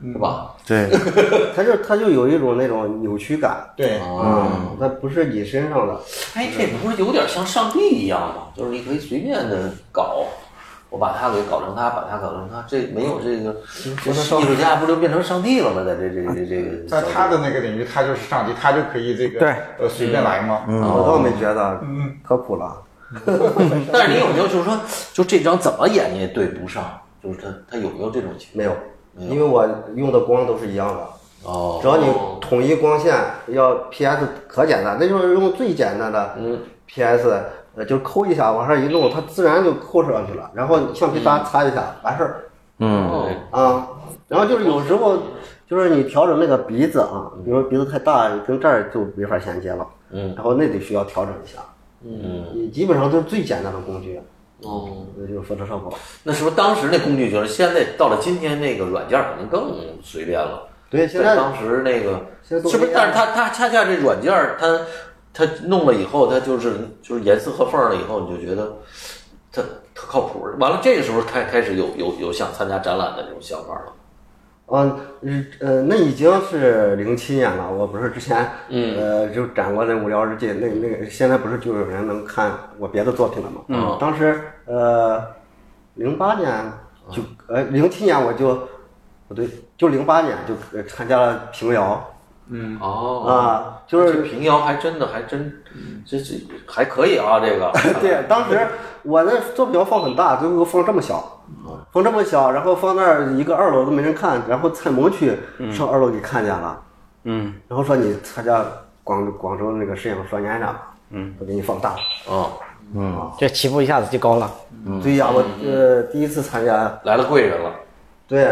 A: 上，是吧？
D: 对，
B: 他就他就有一种那种扭曲感，
C: 对，
B: 嗯，那不是你身上的，
A: 哎，这不是有点像上帝一样吗？就是你可以随便的搞，我把他给搞成他，把他搞成他，这没有这个，这艺术嗯家不就变成上帝了吗？在这这这这个，
C: 在他的那个领域，他就是上帝，他就可以这个
F: 对
C: 呃随便来嘛。
B: 我倒没觉得，可苦了。
A: 但是你有没有就是说，就这张怎么演也对不上，就是他他有没有这种情
B: 没有，因为我用的光都是一样的，
A: 况？哦
B: 只要你统一光线，要 PS 可简单，那就是用最简单的
A: 嗯
B: PS，呃，就抠一下往上一弄，它自然就抠上去了。然后橡皮
A: 嗯
B: 擦擦一下，完事儿
A: 哦
B: 啊。然后就是有时候就是你调整那个鼻子啊，比如说鼻子太大，跟这儿就没法衔接了，
A: 嗯，
B: 然后那得需要调整一下。
A: 嗯。
B: 你基本上就是最简单的工具，
A: 哦，
B: 那就是 Photoshop 了。
A: 那是不是当时那工具就是现在到了今天那个软件可能更随便了？
B: 对，现在
A: 当时那个
B: 现在都
A: 是不是？
B: 一
A: 但
B: 样
A: 是它它恰恰这软件儿它它弄了以后，它就是就是严丝合缝了以后，你就觉得它它靠谱。完了，这个时候开开始有有有想参加展览的这种想法了。
B: 嗯，呃，那已经是零七年了。我不是之前，呃，就展过那《无聊日记》，那那个现在不是就有人能看我别的作品了吗？嗯，当时呃，零八年就呃零七年我就不对，就零八年就呃参加了平遥
A: 哦
B: 嗯啊，就是
A: 这
B: 嗯
A: 平遥还真的还真这这还可以啊，这 个
B: 对，当时我那坐标放很大，最后放这么小，放这么小，然后放那儿一个二楼都没人看，然后在蒙区上二楼给看见了，
F: 嗯，
B: 然后说你参加广广州那个摄影双年展吧，嗯，我给你放大。
A: 嗯，
F: 这起步一下子就高了。
B: 对呀，我呃第一次参加，
A: 来了贵人了。
B: 对，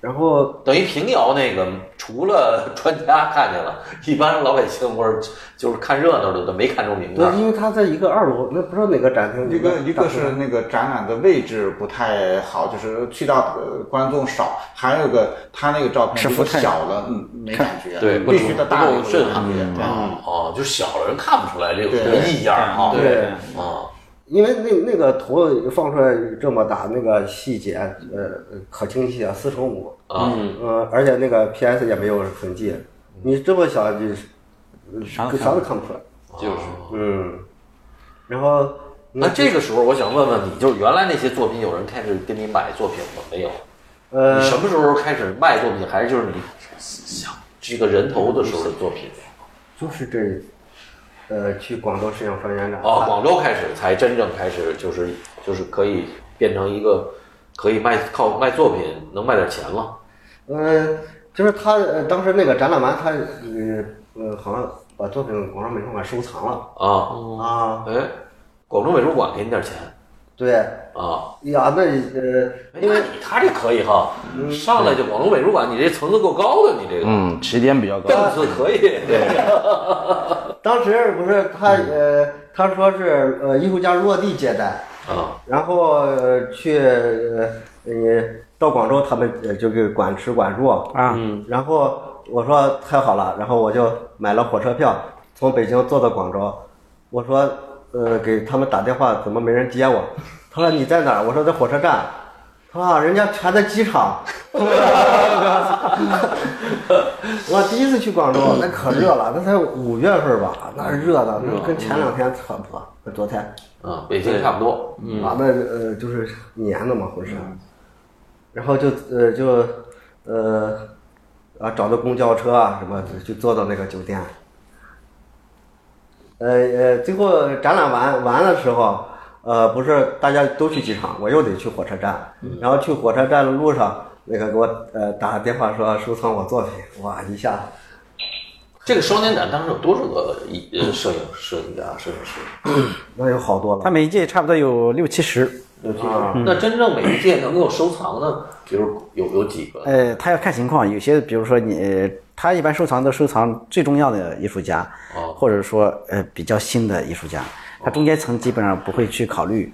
B: 然后
A: 等于平遥那个，除了 专家看见了，一般老百姓或者就是看热闹的都没看出名
B: 对，
A: 堂。
B: 因为他在一个二楼，那不知道哪个展厅，
C: 一个一个
B: 大
C: 是
B: 厅
C: 那个展览的位置不太好，就是去到呃观众少，还有个他那个照片比较小了，嗯，没感觉，
E: 对
C: 必须得大
E: 不够
C: 一点嗯
E: 震
C: 有
E: 撼
C: 感觉对
A: 哦，就是小人看不出来这有什么
C: 对
A: 异样啊。
C: 对
B: 对，
A: 啊，
B: 因为那那个图放出来这么大，那个细节呃可清晰啊，四乘五，
A: 啊
B: 呃，而且那个 PS 也没有痕迹，你这么小你
F: 啥都
B: 跟
F: 看
B: 啥都
F: 不出来
B: 看不出来，
E: 就是
B: 嗯，然后
A: 那这个时候我想问问你，就是原来那些作品，有人开始跟你买作品吗？没有。
B: 呃
A: 你什么时候开始卖作品？还是就是你想这个人头的时候的作品？
B: 就是这，呃，去广州摄影双年展
A: 哦，广州开始才真正开始，就是就是可以变成一个可以卖靠卖作品能卖点钱了。
B: 嗯，就是他呃当时那个展览完，他呃呃好像把作品广州美术馆收藏了
A: 啊，
B: 啊，
A: 哎，广州美术馆给你点钱
B: 对
A: 啊，
B: 呀，那呃
A: 哎那你他这可以哈，上来就广州美术馆，你这层次够高的，你这个
D: 嗯，起点比较高。
A: 档次可以，对，
B: 当时不是他呃他说是呃艺术家落地接待，
A: 啊，
B: 然后呃去呃呃到广州他们呃就给管吃管住啊，然后我说太好了，然后我就买了火车票从北京坐到广州，我说呃给他们打电话怎么没人接我，他说你在哪儿？我说在火车站，他说啊人家全在机场。 我第一次去广州，那可热了，那才五月份吧，那热的那跟前两天差不多，跟昨天。
A: 嗯，北京差不多，
B: 啊，那呃就是粘的嘛浑身，然后就呃就呃啊找的公交车啊什么的就坐到那个酒店，呃呃最后展览完完的时候，呃不是大家都去机场，我又得去火车站，然后去火车站的路上那个给我呃打电话说收藏我作品，哇一下
A: 这个双年展当时有多少个一呃摄影摄影家、摄影师？
B: 那有好多了
F: 他，每一届差不多有六七十，
A: 啊，那真正每一届能够收藏的，比如有有几个？
F: 呃，他要看情况，有些比如说你，呃他一般收藏都收藏最重要的艺术家，
A: 哦
F: 或者说呃比较新的艺术家，他中间层基本上不会去考虑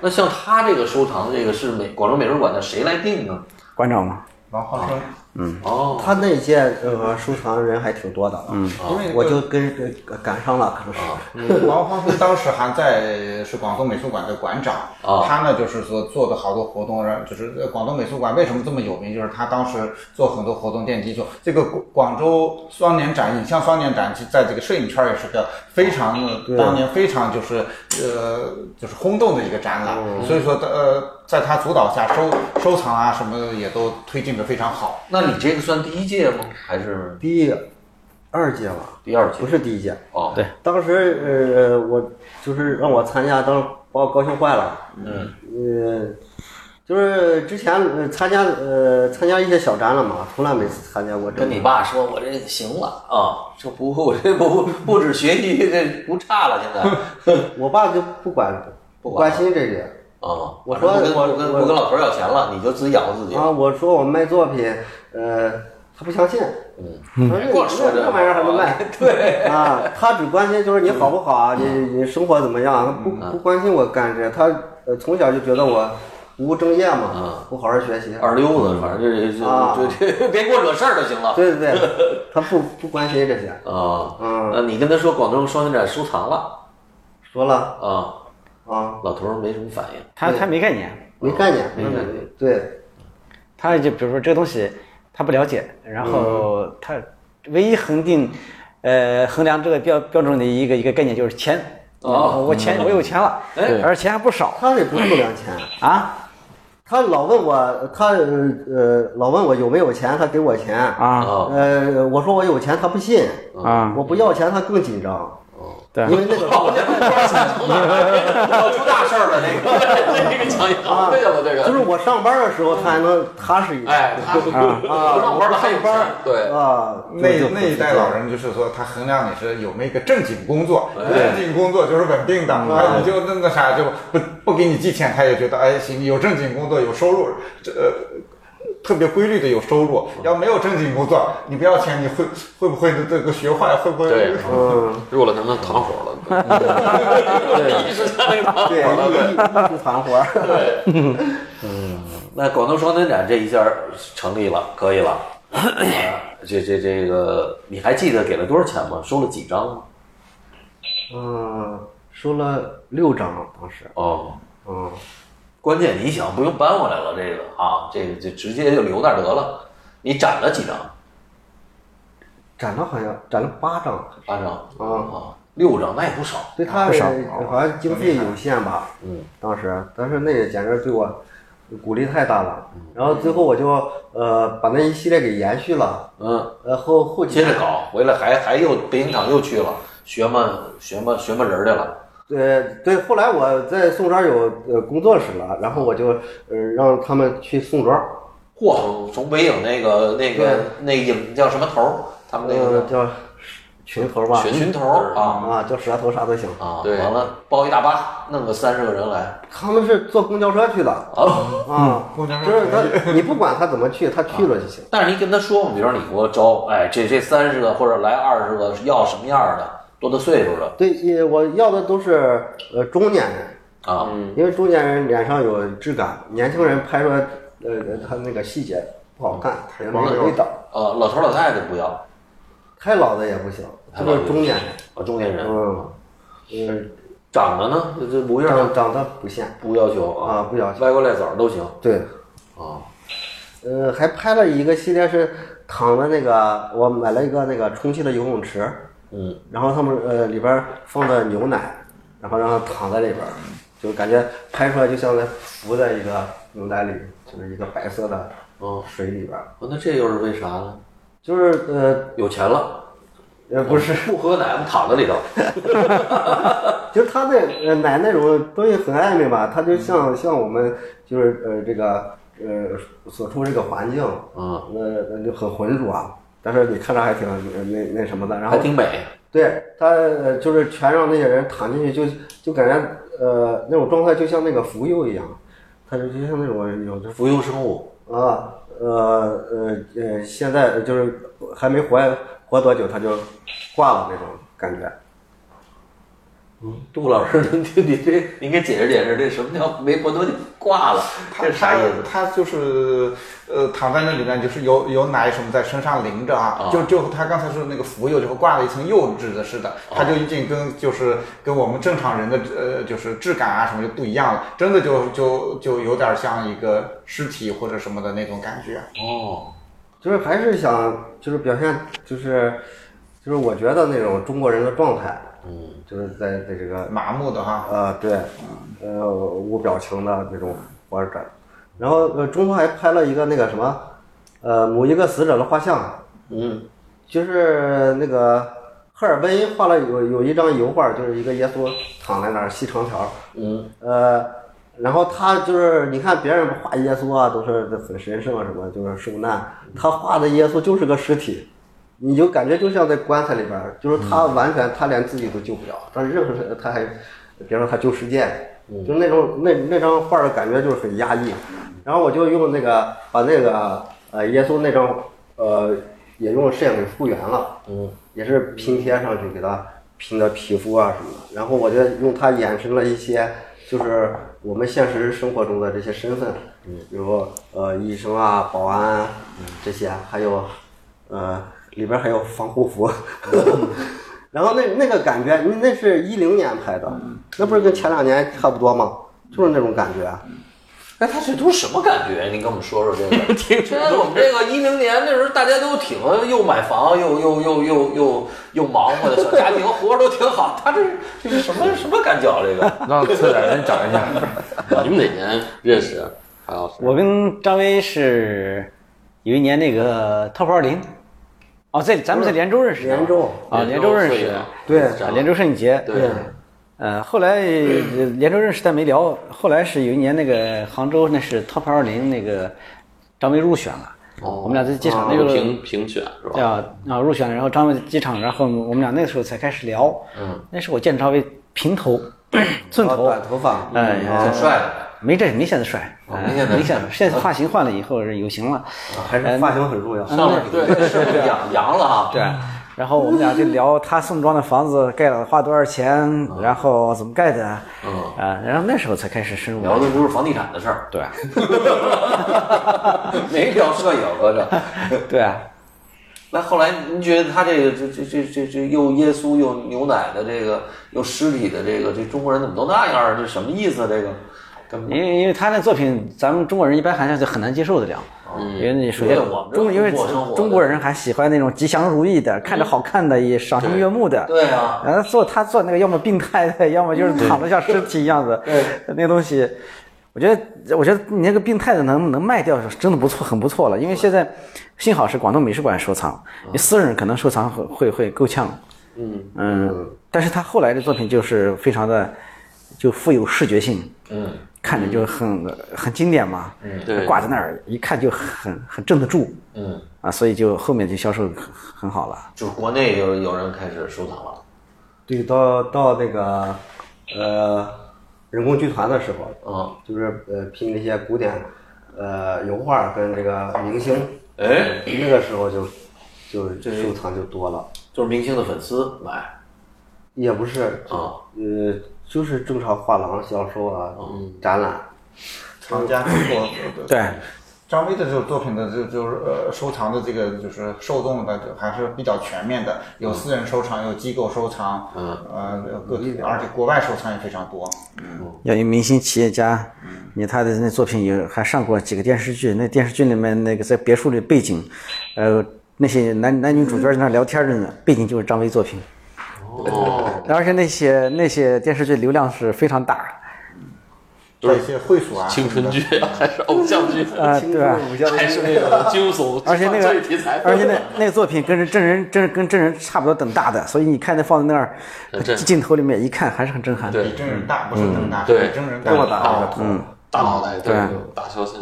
A: 那像他这个收藏这个是美广州美术馆的谁来定呢？
F: 馆长嘛。
C: 王浩生，
A: 哦，
B: 他那一届呃收藏人还挺多的，嗯，
C: 因为那
B: 我
C: 个
B: 就跟呃赶上了，可能是。
C: 王浩生当时还在是广东美术馆的馆长，
A: 啊
C: 他呢就是说做的好多活动，让就是呃广东美术馆为什么这么有名，就是他当时做很多活动奠基就这个广广州双年展、影像双年展，其实在这个摄影圈也是个非常当年非常就是呃就是轰动的一个展览，所以说呃在他主导下收收藏啊什么也都推进的非常好。
A: 那你这个算第一届吗？还是
B: 第二届吧，
A: 第二届
B: 不？是第一届。
A: 哦，对，
B: 当时呃，我就是让我参加，当时把我高兴坏了。嗯，呃，就是之前呃参加呃参加一些小展览嘛，从来没参加过这个。
A: 跟你爸说，我这行了啊，这不我这不不不止学习这不差了，现在
B: 我爸就不管
A: 不管
B: 关心这些
A: 啊，
B: 我
A: 反正
B: 说
A: 不跟
B: 我
A: 不跟
B: 我
A: 不跟老头儿要钱了，你就自己养活自己。
B: 啊。我说我卖作品，呃，他不相信。嗯，他说
A: 光说
B: 这这玩意儿还能卖？
A: 对，
B: 啊， 他只关心就是你好不好啊，你
A: 嗯
B: 你生活怎么样啊，他不不关心我干这，他呃从小就觉得我不务正业
A: 嗯
B: 嘛，不好好学习，
A: 二溜子，反正这
B: 啊
A: 这这这别给我惹事儿就行了。
B: 对对 对，他不不关心这些，
A: 啊，
B: 嗯
A: 那你跟他说广州双年展收藏了
B: 说了
A: 啊，
B: 啊，
A: 老头儿没什么反应。
F: 他他没概念，
B: 没概念，
A: 没概念，
B: 对，
F: 他就比如说这个东西他不了解，然后他唯一恒定，呃，衡量这个标标准的一个一个概念就是钱。
A: 哦
F: 我钱我有钱了，
A: 哎
F: 而且钱还不少
B: 他也不是不两钱，
F: 啊
B: 他老问我，他呃呃老问我有没有钱，他给我钱，
F: 啊
A: 啊
B: 呃我说我有钱，他不信，
F: 啊！
B: 我不要钱他更紧张，
F: 对，
B: 因为那个
E: 我这不知道想从哪儿，要出大事儿了，这个这个讲养费了，这个
B: 就是我上班的时候，他还能踏实一点。
E: 哎，他不上班了，还有班儿，对，
B: 啊，
C: 那
B: 就
C: 那一代老，人就是说，他衡量你是有没有一个正经工作，正经工作就是稳定的，
B: 嗯
C: 哎，你就那那啥就不不给你寄钱，他也觉得哎行，有正经工作有收入，这呃特别规律的有收入。要没有正经工作，你不要钱，你会会不会这个学坏？会不会？
E: 对
B: 嗯，
E: 入了咱们团伙 了，一时间那个团伙
B: 对，
E: 了，对
B: 一一不团伙。
A: 嗯那广东双年展这一下成立了，可以了。啊这这这个，你还记得给了多少钱吗？收了几张吗？
B: 嗯，收了六张，当时，
A: 哦，
B: 嗯，
A: 关键你想不用搬回来了，这个啊，这个就直接就留那儿得了。你展了几张？
B: 展了好像展了八张，
A: 八张
B: 嗯
A: 啊，六张那也不少。
B: 对他
D: 不少
B: 是好像经费有限吧，
A: 嗯，
B: 当时，但是那也简直对我鼓励太大了。然后最后我就呃把那一系列给延续了，
A: 嗯，
B: 呃后后期
A: 接着搞，回来还还又北影厂又去了，学嘛学嘛学嘛人儿去了。
B: 对呃对，后来我在宋庄有呃工作室了，然后我就呃让他们去宋庄，
A: 嚯，从北影那个那个那影叫什么头儿？他们那
B: 呃
A: 个
B: 叫群头吧，
A: 群头儿啊
B: 啊叫蛇头啥都行。
A: 啊，
E: 对
A: 完了包一大巴，弄个三十个人来。
B: 他们是坐公交车去的
A: 哦，
B: 啊，
C: 公交车
B: 就是他，你不管他怎么去，他去了就行。
A: 但是你跟他说嘛，比如说你给我招，哎，这这三十个或者来二十个要什么样儿的，多大岁数的
B: 对，也我要的都是呃中年人，
A: 啊？
B: 因为中年人脸上有质感，年轻人拍出来呃他那个细节不好看，也没有味道。
A: 呃，老头儿老太太不要，啊，
B: 太老的也不行，
A: 太
B: 就
A: 老的
B: 是中年人。
A: 啊中年人
B: 嗯，嗯，
A: 长得呢，这这模样
B: 长
A: 儿
B: 长得不像
A: 不要求
B: 啊，
A: 啊，
B: 不要
A: 歪瓜裂枣儿都行
B: 对，
A: 啊。
B: 哦呃，还拍了一个系列是躺的那个，我买了一个那个充气的游泳池，
A: 嗯，
B: 然后他们呃里边放的牛奶，然后让他躺在里边儿，就感觉拍出来就像在浮在一个牛奶里，就是一个白色的
A: 哦
B: 水里边儿，
A: 那这又是为啥呢？
B: 就是呃
A: 有钱了，
B: 呃不是，
A: 不喝奶，躺在里头。
B: 就是他的呃奶那种东西很暧昧吧，他就
A: 嗯
B: 像、像我们就是呃这个呃所处这个环境，
A: 嗯，
B: 那那就很浑浊啊，但是你看着还挺呃那那什么的，然后
A: 还挺美。
B: 对他呃就是全让那些人躺进去就，就感觉呃那种状态就像那个浮游一样，他就就像那种有的
A: 浮游生物，
B: 啊呃呃呃现在就是还没活活多久他就挂了那种感觉。
A: 杜老师，您你这你应该解释解释，这什么叫没活多久挂了？
C: 他
A: 这是啥
C: 他
A: 意思？
C: 他就是呃躺在那里面，就是有有奶什么在身上淋着
A: 哦
C: 啊，就就他刚才说的那个浮游，就会挂了一层釉质的似的，
A: 哦
C: 他就已经跟就是跟我们正常人的呃就是质感啊什么就不一样了，真的就就就有点像一个尸体或者什么的那种感觉。啊
A: 哦，
B: 就是还是想就是表现就是就是我觉得那种中国人的状态，嗯，就是在在这个
C: 麻木的哈，
B: 呃对，呃无表情的那种活着，然后呃中途还拍了一个那个什么呃某一个死者的画像，啊
A: 嗯，
B: 就是那个赫尔温画了有有一张油画，就是一个耶稣躺在那儿细长条，
A: 嗯，
B: 呃，然后他就是你看别人画耶稣啊，都是很神圣啊什么，就是受难，他画的耶稣就是个尸体。你就感觉就像在棺材里边儿，就是他完全他连自己都救不了，但是任何人他还，别说他救世界，就那种那那张画的感觉就是很压抑。然后我就用那个把那个呃耶稣那张呃也用摄影给复原了，嗯，也是拼贴上去给他拼的皮肤啊什么的。然后我就用它衍生了一些就是我们现实生活中的这些身份，嗯，比如呃医生啊、保安啊、这些，还有呃，里边还有防护服。嗯 然后那那个感觉，那那是一零年拍的，那不是跟前两年差不多吗？就是那种感觉。啊
A: 哎，他这都什么感觉？您跟我们说说这 个。听着，我们这个一零年那时候大家都挺又买房又又又又又又忙活的小家庭，活着都挺好。他这是这是什 么什么感觉啊？这个
D: 让策展人讲一下。
E: 你们哪年认识？韩老师，
F: 我跟张威是有一年那个 Top 二零哦，这咱们是连州认识的，
B: 连州
F: 啊，连州认识
E: 会
F: 的
E: 的，
B: 对
E: 这
F: 啊
E: 样
F: 连州摄影节，
E: 对，
F: 呃，后来呃连州认识但没聊，后来是有一年那个杭州那是 Top 二零那个张威入选了，
E: 哦
F: 我们俩在机场那
E: 那
F: 个
E: 评评选是吧？
F: 啊啊入选了，然后张威机场，然后我们俩那个时候才开始聊，嗯，那时候我见张威平头 寸
B: 啊
F: 头，
B: 短头发，
F: 哎呀
B: 啊
A: 挺帅的，
F: 没这明显的帅，
A: 哦
F: 哎
A: 明显地
F: 明显，现
A: 哦
F: 在发型换了以后是有型了，
B: 还是发型很重要。
A: 上面对是不 是扬扬了啊？
F: 对，然后我们俩就聊他宋庄的房子盖了花多少钱，
A: 哦
F: 然后怎么盖的，啊、
A: 嗯，
F: 然后那时候才开始深入
A: 聊的都是房地产的事儿，
F: 对啊
A: 没聊摄影合着。
F: 对啊，
A: 那后来您觉得他这个这这这这这又耶稣又牛奶的这个又尸体的这个这中国人怎么都那样啊？这什么意思啊？这个根
F: 因
A: 本
F: 为因为他那作品，咱们中国人一般还是很难接受得了。因为你首
A: 对
F: 先
A: 哦我们这
F: 中，因为
A: 中国生活的
F: 中国人还喜欢那种吉祥如意的，看着好看的，也赏心悦目的。
A: 对啊，
F: 然后做他做那个，要么病态的，要么就是躺得像尸体一样的，那个东西，我觉得，我觉得你那个病态的能能卖掉，真的不错，很不错了。因为现在幸好是广东美术馆收藏，你私人可能收藏会会会够呛。嗯但是他后来的作品就是非常的，就富有视觉性，
A: 嗯，
F: 看着就很很经典嘛，嗯
E: 对
F: 挂在那儿一看就很很镇得住，
A: 嗯，
F: 啊，所以就后面就销售很很好了。
A: 就是国内就有人开始收藏了。
B: 对，到到那个呃人工剧团的时候，
A: 嗯，
B: 就是呃拼那些古典呃油画跟这个明星，
A: 哎，
B: 那个时候就就收藏就多了，
A: 就是明星的粉丝买
B: 也不是
A: 啊，
B: 呃就是正常画廊销售啊，展览，
C: 藏家中国
F: 对，
C: 张威的这个作品的就就是呃收藏的这个就是受众的就还是比较全面的，有私人收藏，有机构收藏，嗯，呃，各地而且国外收藏也非常多。
F: 要有明星企业家，你他的那作品有还上过几个电视剧，那电视剧里面那个在别墅里背景，呃，那些男男女主角在那聊天着呢，背景就是张威作品，
A: 哦，
F: 而且那些那些电视剧流量是非常大，
C: 在一些会所啊，
E: 青春剧啊还 是偶像剧，
A: 呃
F: 啊、对吧？
E: 还是那个惊悚，
F: 而且那
E: 犯罪
F: 个
E: 题材，，
F: 而且那那个作品跟真人真跟真人差不多等大的，所以你看那放在那儿
E: 很震撼
F: 镜头里面一看还是很震撼。
E: 对
C: 比真人大，不是真人大，
E: 对
C: 比真人大
B: 这么大的
C: 哦
B: 头，
E: 啊大脑袋
F: 对
E: 大肖像，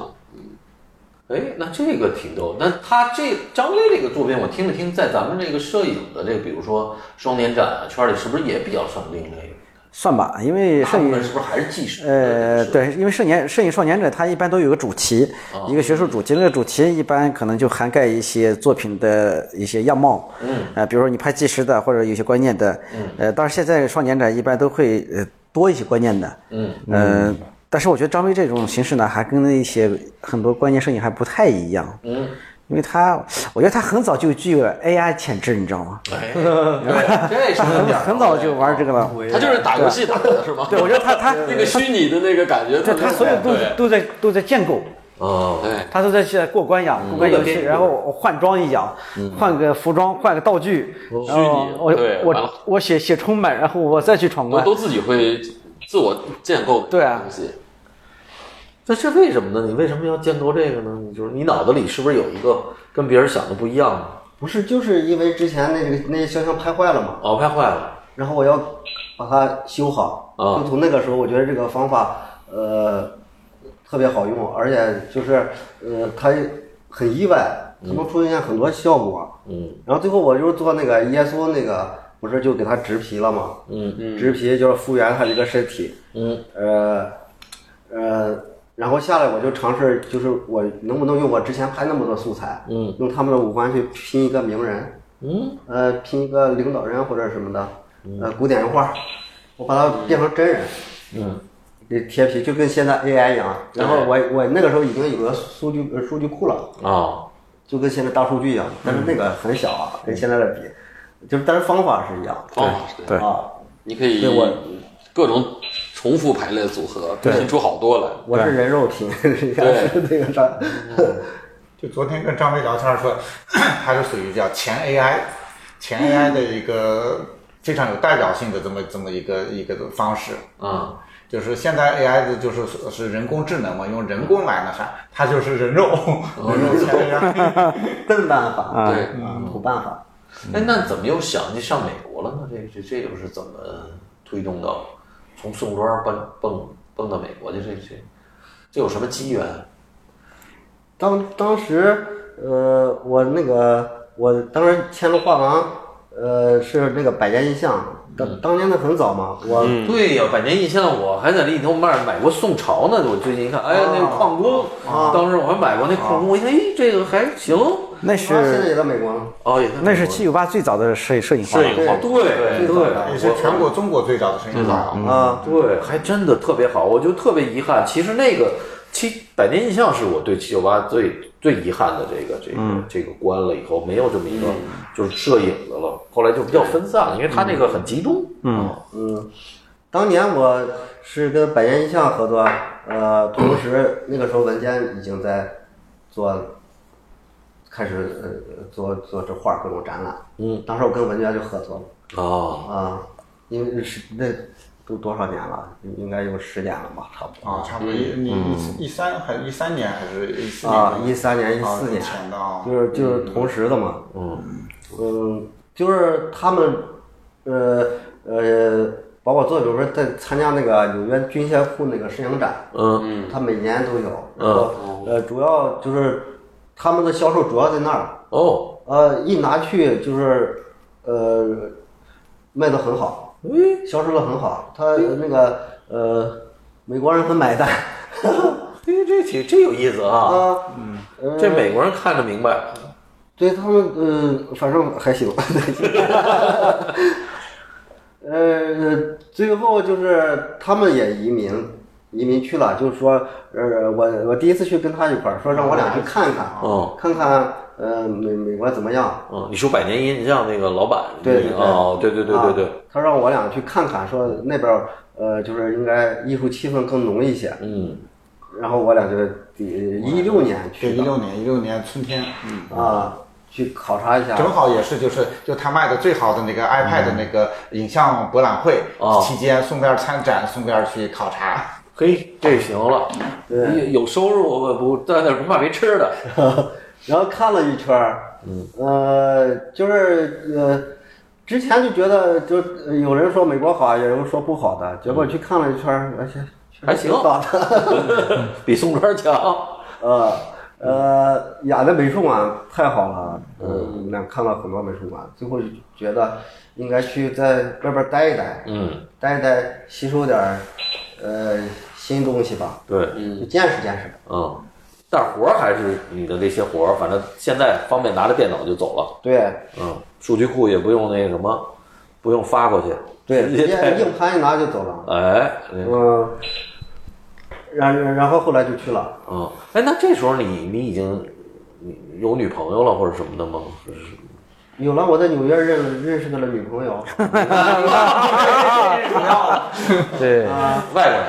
A: 哎，那这个挺逗。那他这张威这个作品，我听了听，在咱们这个摄影的这个，比如说双年展啊圈里，是不是也比较上另类？
F: 算吧，因为
A: 大
F: 摄
A: 部
F: 影
A: 分是不是还是技术？
F: 呃，对，因为摄影摄影少年者他一般都有个主题，一个学术主题，那个主题一般可能就涵盖一些作品的一些样貌，嗯，呃，比如说你拍纪实的或者有些观念的，嗯，呃，当然现在少年展一般都会呃多一些观念的，嗯，呃，但是我觉得张威这种形式呢，还跟那一些很多观念摄影还不太一样，嗯。因为他，我觉得他很早就具有 AI 潜质，你知道吗？
A: 哎，对，这是有
F: 很
A: 点儿
F: 很早就玩这个了。
E: 他就是打游戏打的是吗？
F: 嗯对，我觉得他他
E: 那个虚拟的那个感觉，
F: 对他所有都
E: 对
F: 都在都在建构，
A: 哦，
E: 对
F: 他都在现在过关呀，过关游戏，然后我换装一样，换个服装，换个道具，然后
E: 虚拟
F: 我
E: 对完
F: 我
E: 了
F: 我写写充满，然后我再去闯
E: 我
F: 关。
E: 都自己会自我建构的
F: 对啊
E: 东西，
A: 那这为什么呢？你为什么要建构这个呢？你就是你脑子里是不是有一个跟别人想的不一样呢？
B: 不是就是因为之前那个那些肖像拍坏了嘛，
A: 哦，拍坏了，
B: 然后我要把它修好。
A: 啊
B: 就从那个时候，我觉得这个方法呃特别好用，而且就是呃它很意外，它能出现很多效果。
A: 嗯，
B: 然后最后我就是做那个耶稣那个，不是就给他植皮了吗？
A: 嗯
B: 嗯，植皮就是复原他这个身体。
A: 嗯，
B: 呃呃，然后下来我就尝试，就是我能不能用我之前拍那么多素材，嗯，用他们的五官去拼一个名人，嗯，呃，拼一个领导人或者什么的，呃，古典油画，我把它变成真人，嗯，这贴皮就跟现在 AI 一样，然后我我那个时候已经有个数据呃数据库了。
A: 哦，
B: 就跟现在大数据一样，但是那个很小啊，跟现在的比，就是但是方法是一样
E: 方法是这样
F: 对
B: 啊。
E: 你可以
B: 对我
E: 各种重复排列组合，拼出好多来。
B: 我是人肉拼，
E: 对
B: 那个啥，
C: 就昨天跟张威聊天儿说，他是属于叫前 AI，前 AI 的一个非常有代表性的这么这么一个一个方式。
A: 啊，
C: 就是现在 AI 的就是是人工智能嘛，用人工来那啥，它就是人肉，人肉前面。
B: 笨办法
F: 啊
E: 对
B: 嗯土办法。
A: 哎，那怎么又想去上美国了呢？这这这又是怎么推动到从宋庄蹦蹦蹦到美国去？这这这有什么机缘？
B: 当当时，呃，我那个我当时签了画廊，呃，是那个百家印象，当当年那很早嘛，我、
A: 对呀、百年印象，我还在立头卖买过宋朝呢。我最近一看，哎呀，那个矿工，当时我还买过那矿工，我一看，哎，这个还行。
F: 那
B: 他现在
F: 是
B: 也在美国呢。
A: 哦，也在美国
F: 那是七九八最早的摄摄影画廊，
B: 对
A: 对对
C: 也
A: 对，
C: 是全国中国最早的声音大廊。
B: 啊，
A: 嗯对，还真的特别好，我就特别遗憾。其实那个七百年印象是我对七九八最最遗憾的这个这个、这个关了以后，没有这么一个就是摄影的了，后来就比较分散了，因为它那个很集中。嗯，
B: 当年我是跟百家印象合作，呃，同时那个时候文坚已经在做，开始呃做做这画儿各种展览。
A: 嗯，
B: 当时我跟文娟就合作了。
A: 哦，
B: 啊，因为是那都多少年了，应该有十年了吧，差不多。
C: 啊，差不多一你一三还一三年还是一四年
B: 啊，一三年、一
C: 啊
B: 四
C: 以
B: 年，
C: 前的啊，
B: 就是就是同时的嘛。嗯嗯，就是他们，呃呃，包括做，比如说在参加那个纽约军械库那个摄影展，
A: 嗯
B: 嗯，他每年都有。
C: 嗯
B: 然后呃，主要就是他们的销售主要在那儿，
A: 哦，
B: 呃，一拿去就是呃卖的很好，销售的很好，他那个呃美国人很买单
A: 这这这这有意思啊，
B: 啊，
A: 这 美国人看着明白。
B: 对他们呃反正还行， 呃最后就是他们也移民。移民去了，就是说，呃，我我第一次去跟他一块儿，说让我俩去看看，
A: 哦
B: 看看，呃，美美国怎么样？
A: 嗯，你说百年印象那个老板
B: 对对对
A: 哦，对对对对对，
B: 啊他让我俩去看看，说那边儿呃，就是应该艺术气氛更浓一些。
A: 嗯，哦
B: 然后我俩就呃一六年
C: 对，
B: 去
C: 一
B: 的
C: 六年一六年春天，嗯。
B: 啊，去考察一下。
C: 正好也是就是就他卖的最好的那个 iPad 的那个影像博览会
A: 哦
C: 期间，顺便参展，顺便去考察。
A: 嘿，这行了，
B: 对
A: 有有收入我不在那儿不怕没吃的。
B: 然后看了一圈儿，
A: 嗯
B: 呃，就是呃，之前就觉得就呃有人说美国好，有人说不好的，结果去看了一圈儿，而且
A: 嗯还行
B: 好的。
A: 比宋庄强。
B: 呃呃，雅的美术馆太好了，
A: 嗯
B: 呃，那看了很多美术馆，最后就觉得应该去在外边待一待，
A: 嗯，
B: 待一待，吸收点儿呃新东西吧，
A: 对，
B: 嗯，就见识见识。
A: 嗯，但活儿还是你的这些活儿，反正现在方便拿着电脑就走了。
B: 对
A: 嗯，数据库也不用那什么，不用发过去，
B: 对，
A: 直
B: 直
A: 接
B: 接
A: 带
B: 硬盘一拿就走了，
A: 哎，嗯
B: 嗯，然然后后来就去了，
A: 嗯，哎，那这时候你你已经你有女朋友了或者什么的 吗？是
B: 有了我在纽约认了认识了女 朋友，
D: 对，
A: 啊外国人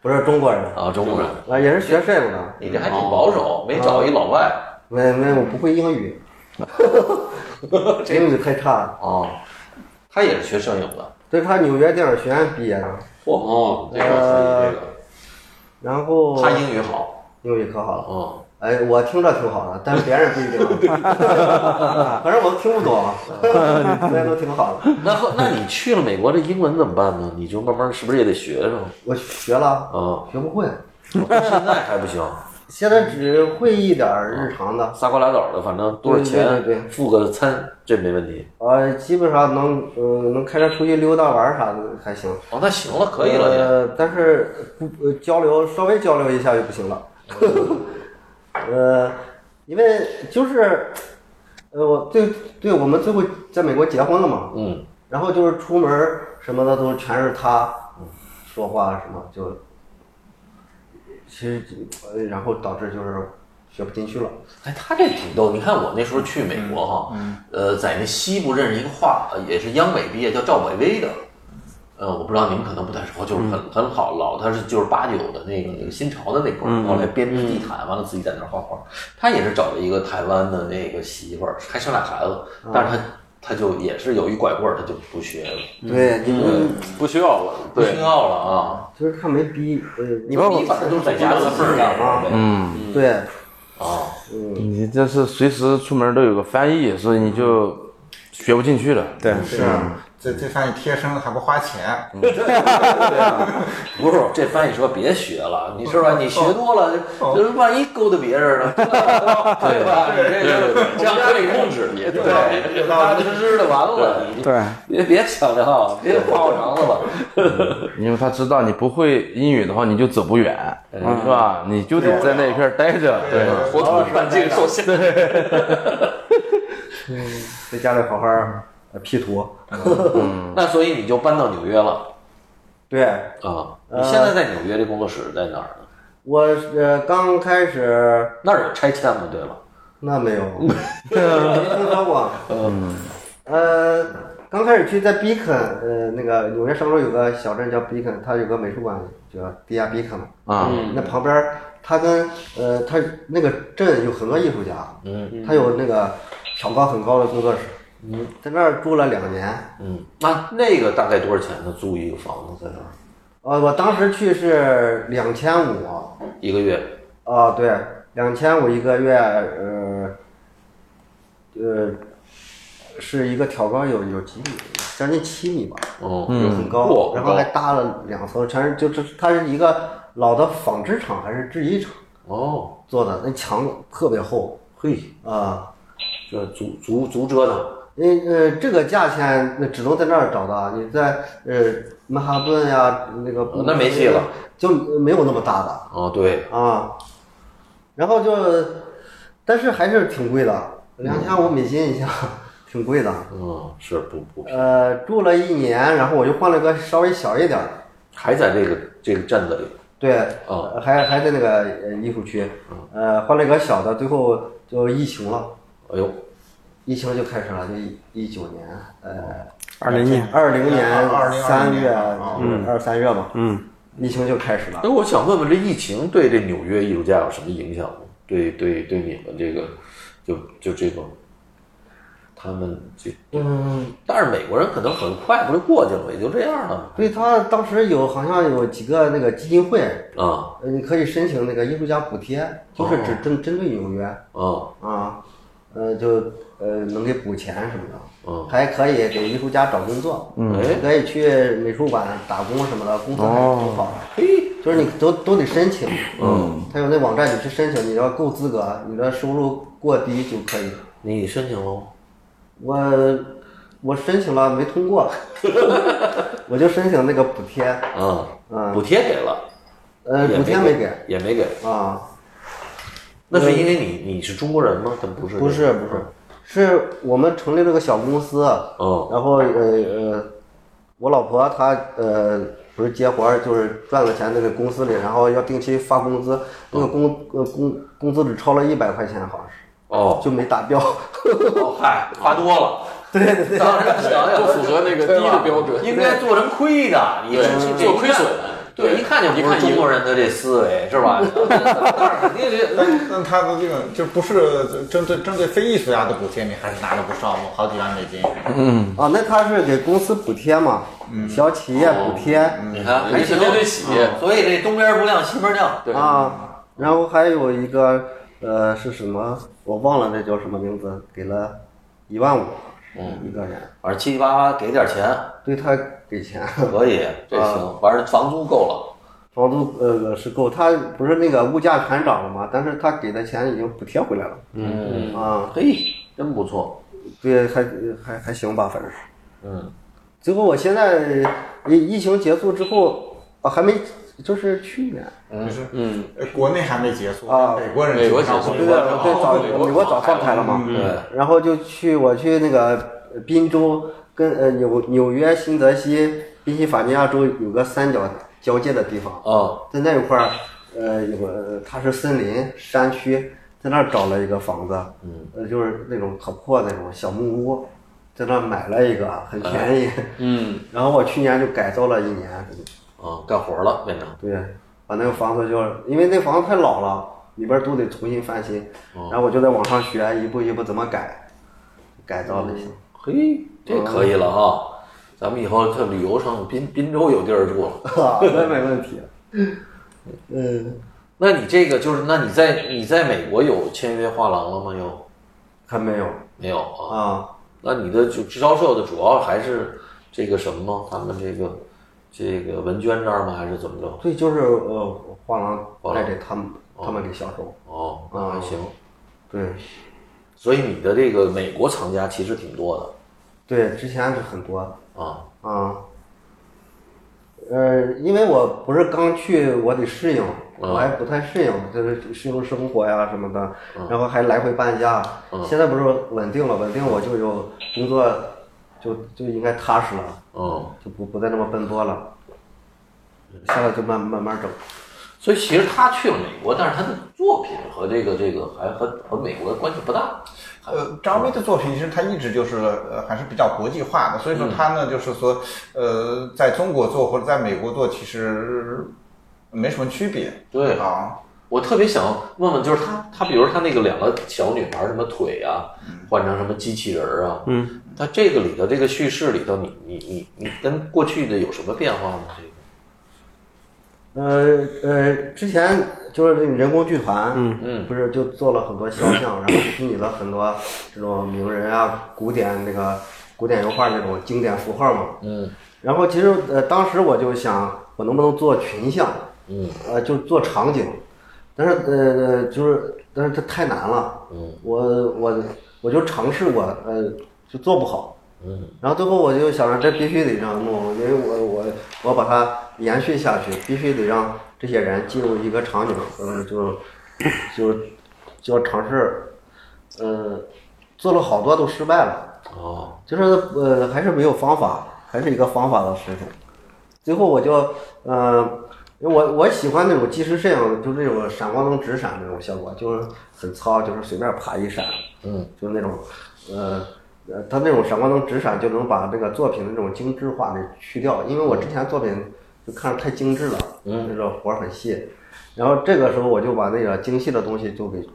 B: 不是中国人，
A: 啊，中国人，嗯
B: 啊也是学摄影的，
A: 你这还挺保守，没找一老外。
B: 没没我不会英语， 英语太差了。
A: 哦，他也是学摄影的。
B: 对他纽约电影学院毕业的，
A: 哦，这个可以，这个
B: 然后
A: 他英语好。
B: 英语可好了。
A: 嗯，
B: 哎，我听着挺好的，但是别人不一定。反正我听不懂，大家都挺好的。
A: 那后那你去了美国，这英文怎么办呢？你就慢慢是不是也得学上？
B: 我学了，
A: 啊，
B: 学不会，
A: 现在还不行，
B: 现在只会一点儿日常的，
A: 仨瓜俩枣的，反正多少
B: 对对对
A: 钱
B: 对
A: 付个餐，这没问题。
B: 呃，基本上能，呃，能开车出去溜达玩儿啥的还行。
A: 哦，那行了，可以了，你
B: 呃，但是不、呃、交流稍微交流一下就不行了。 呃，因为就是，呃，我对对，我们最后在美国结婚了嘛，
A: 嗯，
B: 然后就是出门儿什么的都全是他说话什么就，其实呃，然后导致就是学不进去了。
A: 哎，他这挺逗。你看我那时候去美国哈，
F: 嗯
A: 呃，在那西部认识一个画，呃也是央美毕业，叫赵伟威的。呃，我不知道你们可能不太熟，就是
F: 嗯
A: 很很好老，他是就是八九的那个那个新潮的那
F: 嗯
A: 波，后来编织地毯，完了自己在
F: 嗯
A: 那儿画画。他也是找了一个台湾的那个媳妇儿，还生俩孩子，但是他他他就也是由于拐棍儿，他就不学了，
B: 对，你
A: 嗯
B: 们
E: 不需要了，
A: 不需
E: 对，
A: 要了啊。
B: 其实他没逼，呃
F: 你把我
A: 反正都是在家的份儿上啊。嗯
B: 对，
A: 啊，
D: 嗯你这是随时出门都有个翻译，所以你就学不进去了。
F: 对，
C: 是这这翻译贴身还不花钱，
A: 不是这翻译说别学了，你是吧？你学多了，就是万一勾搭别人呢，对吧？你这个
E: 这样可以控制你，对吧
A: 对，踏踏实实的完了，你
F: 对
A: 别别想着哈，别泡肠子了。
D: 因为他知道你不会英语的话，你就走不远，是吧？你就得在那一片儿待着。对，
E: 活脱半径受限。
B: 在家里好好呃 P 图，
A: 那所以你就搬到纽约了
B: 对，
A: 啊？你现在在纽约这工作室在哪儿呢？
B: 我呃刚开始
A: 那儿有拆迁吗？对吧？
B: 那没有，没听说过。呃，刚开始去在 Beacon，呃，那个纽约上州有个小镇叫 Beacon，它有个美术馆叫迪亚 Beacon 嘛。嗯
D: 啊，
B: 那旁边儿它跟呃，它那个镇有很多艺术家，嗯，它有那个挑高很高的工作室，嗯，在那儿住了两年。
A: 嗯，那那个大概多少钱呢？租一个房子在那儿
B: 呃，我当时去是两千五，
A: 一个月？
B: 啊，对，两千五一个月，呃，呃，是一个挑高有有几米，将近七米吧，
A: 哦，
B: 就很高，
A: 哇
B: 然后还搭了两层，全是就是它是一个老的纺织厂还是制衣厂
A: 哦，
B: 做的，那墙特别厚
A: 嘿，
B: 啊。
A: 这足足足折腾。
B: 那呃，这个价钱那只能在那儿找到，你在呃曼哈顿呀那个、呃
A: 哦那没戏了，
B: 就没有那么大的。
A: 哦，对，
B: 啊，然后就，但是还是挺贵的，两千五美金一下， 挺贵的。
A: 嗯，是不不便宜，
B: 呃，住了一年，然后我就换了个稍微小一点儿的，
A: 还在这个这个镇子里。
B: 对，
A: 哦
B: 呃还还在那个呃艺术区，呃，换了一个小的，最后就疫情了，
A: 哎呦，
B: 疫情就开始了，就一一九年，呃，
F: 哦二零年，
B: 二零
C: 2020
B: 年
C: 年
B: 三月
C: 啊，
B: 二三月吧，
F: 嗯，
B: 疫情就开始了
A: 哎，。我想问问这疫情对这纽约艺术家有什么影响吗？对对对，你们这个就就这种，他们就嗯，但是美国人可能很快不就过去了，也就这样了
B: 对他当时有好像有几个那个基金会，
A: 啊
B: 呃，你可以申请那个艺术家补贴，就是只针针对纽约
A: 啊
B: 啊，呃，就呃能给补钱什么的，
A: 嗯
B: 还可以给艺术家找工作，
A: 哎
B: 可以去美术馆打工什么的，工资还挺好的，哦嘿，就是你都都得申请，嗯，他有那网站你去申请，你要够资格，你的收入过低就可以。
A: 你申请了吗？
B: 我我申请了没通过， 我就申请那个补贴，
A: 啊，
B: 嗯
A: 补贴给了，
B: 呃，
A: 也
B: 补贴没给
A: 也没给。
B: 啊，
A: 那是因为你你是中国人吗？他们不是，
B: 不是不是，是我们成立了个小公司，
A: 哦
B: 然后呃呃，我老婆她呃不是接活儿，就是赚了钱在那公司里，然后要定期发工资，那个工呃工工资只超了一百块钱，好像是
A: 哦，
B: 就没达标。
A: 哦嗨，花多了。
B: 对对对，
A: 当然想 想
E: 不符合那个低的标准
A: 应该做成亏的，你这
E: 做亏损
A: 对，
E: 对
A: 一看就不是中国人的这思维，是 吧？但是肯定
C: 那
A: 是
C: 那他的这个就不是针对针对非艺术家的补贴，你还是拿了不少，好几万美金。
B: 啊，那她是给公司补贴嘛，小企业补贴，
E: 你看，
A: 啊还
E: 人家
A: 行嗯
E: 面对企业，
A: 所以这东边不亮西边亮，
E: 对，
B: 啊，然后还有一个呃是什么，我忘了那叫什么名字，给了一万五，一个人。
A: 反正七七八八给点钱
B: 对他给钱，
A: 可以，这行，反正房租够了。
B: 房租呃是够，他不是那个物价全涨了吗？但是他给的钱已经补贴回来了。嗯啊，
A: 嘿，真不错。
B: 对，还还还行吧，反正。
A: 嗯，
B: 最后我现在疫疫情结束之后，啊还没，就是去年
C: 就是嗯，国内还没结束，美国人
E: 美国
C: 经常
E: 结束
C: 会
B: 对啊
E: 对
B: 哦对嗯早
E: 美国
B: 美国早放开了嘛，
A: 对，
B: 然后就去我去那个宾州跟呃纽纽约新泽西宾夕法尼亚州有个三角交界的地方，
A: 哦，
B: 在那一块儿，呃，有个它是森林山区，在那儿找了一个房子，嗯，呃，就是那种可破那种小木屋，在那儿买了一个，啊很
A: 哎
B: 便宜，嗯， 然后我去年就改造了一年，
A: 啊，干活了变成。
B: 对，把那个房子就是因为那房子太老了，里边都得
A: 哦
B: 重新翻新，然后我就在网上学，一步一步怎么改，改造了一下，
A: 嘿，
B: 啊
A: 这可以了哈。咱们以后这旅游上滨滨州有地儿住了。
B: 没问题。
A: 那你这个就是，那你在你在美国有签约画廊了吗？有
B: 还没有
A: 没有啊？
B: 啊？
A: 那你的就直销售的主要还是这个什么吗？咱们这个这个文娟这儿吗？还是怎么着？
B: 对，就是呃，画廊
A: 画廊
B: 带这他们他们这销售，
A: 哦，
B: 啊
A: 还行。
B: 对
A: 所以你的这个美国藏家其实挺多
B: 对，之前是很多
A: 的啊。
B: 啊。呃，因为我不是刚去，我得适应，我还不太适应，就是适应生活呀什么的，然后还来回搬家。现在不是稳定了，稳定我就有工作，就就应该踏实了，
A: 嗯，
B: 就不不再那么奔波了。现在就慢慢慢整。
A: 所以其实他去了美国，但是他的作品和这个这个还和和美国关系不大。
C: 呃，张威的作品其实他一直就是呃还是比较国际化的，所以说他呢就是说呃在中国做或者在美国做其实没什么区别。
A: 对
C: 啊，
A: 我特别想问问，就是他他比如他那个两个小女孩儿什么腿啊，换成什么机器人儿啊，嗯，他这个里头这个叙事里头，你你你你跟过去的有什么变化吗？这个
B: 呃呃，之前就是那个人工剧团，嗯嗯，不是就做了很多肖像，然后就拟了很多这种名人啊、古典那个古典油画那种经典符号嘛，嗯。然后其实呃，当时我就想，我能不能做群像，嗯，呃，就做场景，但是呃，就是但是这太难了，嗯，我我我就尝试过，呃，就做不好，然后最后我就想着，这必须得让弄，因为我我我把它延续下去，必须得让这些人进入一个场景，嗯，就就就要尝试，嗯，做了好多都失败了，
A: 哦，
B: 就是呃还是没有方法，还是一个方法的事情。最后我就呃，因为我我喜欢那种即时摄影，就是那种闪光灯直闪那种效果，就是很糙，就是随便啪一闪，嗯，就是那种呃呃，它那种闪光灯直闪就能把这个作品的那种精致化给去掉，因为我之前作品就看着太精致了，嗯，那个活儿很细，然后这个时候我就把那个精细的东西就给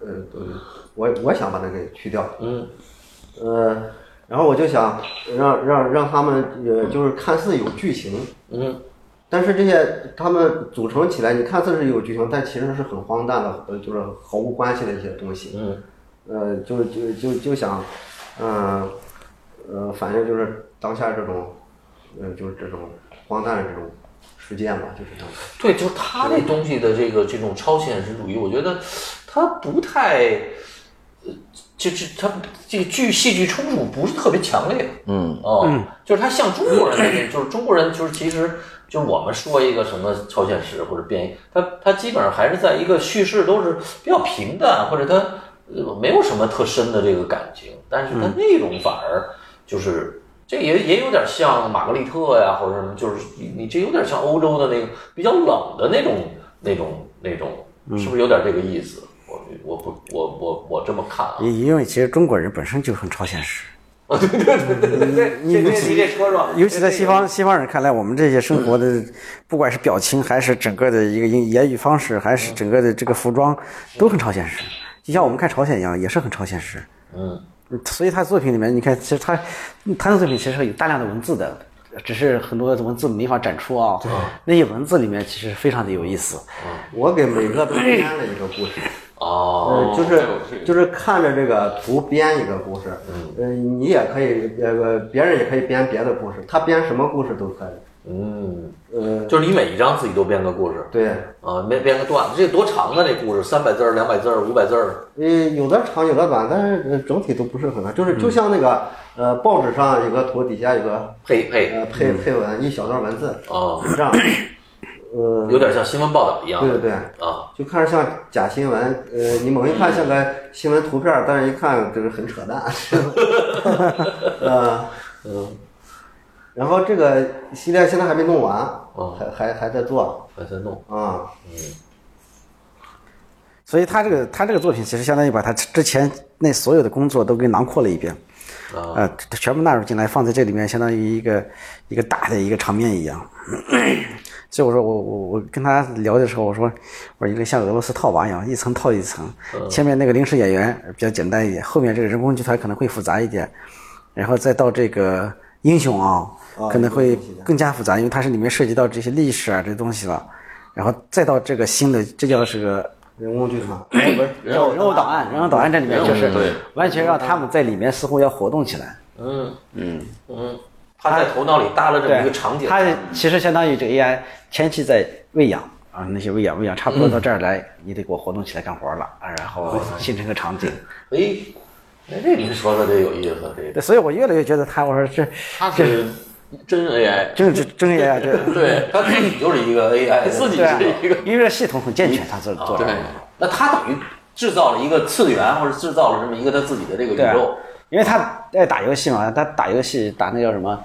B: 呃呃，我我想把它给去掉，嗯，呃。然后我就想让让让他们呃，就是看似有剧情，
A: 嗯，
B: 但是这些他们组成起来，你看似是有剧情，但其实是很荒诞的，呃，就是毫无关系的一些东西。嗯，呃，就是就就就想，嗯、呃，反正就是当下这种，呃，就是这种荒诞的这种事件吧，就是这样。
A: 对，就是他这东西的这个这种超现实主义，我觉得他不太，呃，就是他这个剧戏剧冲突不是特别强烈，嗯，哦，就是他像中国人那边，就是中国人就是其实就是我们说一个什么超现实或者变异，他他基本上还是在一个叙事都是比较平淡，或者他呃没有什么特深的这个感情，但是他内容反而就是这也也有点像玛格丽特呀，或者什么，就是你你这有点像欧洲的那个比较冷的那种那种那种，是不是有点这个意思？我我不我我我这么看啊，
F: 因因为其实中国人本身就很超现实，
A: 你你你这说说，
F: 尤其在西方西方人看来，我们这些生活的，不管是表情还是整个的一个言言语方式，还是整个的这个服装，都很超现实。就像我们看朝鲜一样，也是很超现实。嗯，所以他作品里面，你看，其实他他的作品其实有大量的文字的。只是很多文字没法展出啊、那些文字里面其实非常的有意思。
B: 我给每个都编了一个故事。
A: 哦，
B: 呃，就是就是看着这个图编一个故事，呃，你也可以，呃，别人也可以编别的故事，他编什么故事都可以，
A: 嗯，
B: 呃，
A: 就是你每一章自己都编个故事，
B: 对，
A: 啊，编编个段子，这多长啊？这故事三百字儿、两百字儿、五百字儿，
B: 呃，有的长有的短，但是呃整体都不是很难，就是就像那个呃报纸上有个图，底下有个
A: 配配
B: 呃配配文一小段文字，
A: 啊，
B: 这样，呃，
A: 有点像新闻报道一样，
B: 对对对，
A: 啊，
B: 就看着像假新闻，呃，你猛一看像个新闻图片儿，但是一看就是很扯淡， 呃，嗯，然后这个系列现在还没弄完，
F: 哦
B: 还还还在做
A: 还在弄，
B: 啊，
F: 所以他这个他这个作品其实相当于把他之前那所有的工作都给囊括了一遍，呃，全部纳入进来，放在这里面，相当于一个一个大的一个场面一样。 所以我说我我我跟他聊的时候，我说我说你这像俄罗斯套娃一样，一层套一层，前面那个临时演员比较简单一点，后面这个人工剧团可能会复杂一点。然后再到这个英雄啊，可能会更加复杂，因为它是里面涉及到这些历史啊这些东西了，然后再到这个新的，这叫是个
B: 人工剧 场，
F: 人物人物档
E: 嗯
F: 案，人物档案这里面就是
D: 对
F: 完全让他们在里面似乎要活动起来。
A: 嗯嗯嗯，他在头脑里搭了这么一个场景，
F: 它其实相当于这个 AI 前期在喂养啊，那些喂养喂养差不多到这
E: 嗯
F: 儿来，你得给我活动起来干活了，啊然后形成个场景。
A: 哎，哎，这您说的这有意思，这
F: 对，
A: 个
F: 所以我越来越觉得他，我说这
E: 他是真 AI，
F: 真是真 AI 这，
E: 对
A: 他自己就是一个 AI，
E: 自己
F: 对啊
E: 是一个，啊
F: 因为这系统很健全，他做做的。
E: 对，
A: 啊那他等于制造了一个次元，或者制造了这么一个他自己的这个
F: 对
A: 宇
F: 啊
A: 宙。，
F: 因为他在打游戏嘛，他打游戏打那叫什么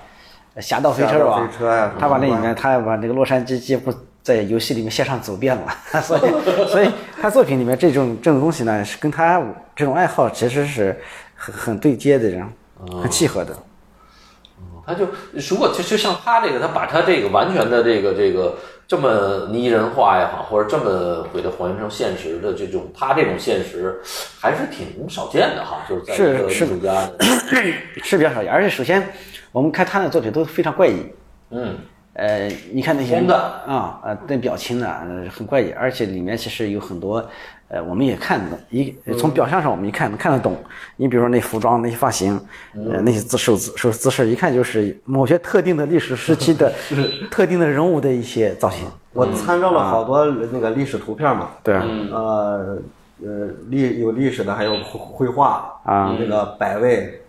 F: 《侠盗飞车》
B: 侠盗
F: 吧？
B: 飞车啊呀
F: 他把那里面，他把那个洛杉矶几乎在游戏里面线上走遍了， 所以 所以他作品里面这种这种东西呢，是跟他这种爱好其实是很很对接的，这样很契合的。
B: 哦
A: 他就如果就就像他这个，他把他这个完全的这个这个这么拟人化也好，或者这么给它还原成现实的这种，他这种现实还是挺少见的哈，就是在
F: 是
A: 一个艺
F: 是
A: 术家的，
F: 是比较少见，而且首先我们看他的作品都非常怪异，
A: 嗯，
F: 呃，你看那些
A: 红的
F: 啊，呃，那表情呢、呃很怪异，而且里面其实有很多，呃，我们也看得懂，一从表象上我们一看能看得懂。你比如说那服装、那些发型，呃，那些姿手姿手姿势，一看就是某些特定的历史时期 的特定的人物的一些造型。
B: 我参照了
F: 啊
B: 好多那个历史图片嘛，
F: 对啊，
B: 呃呃历有历史的，还有绘画
F: 啊
B: 那个百位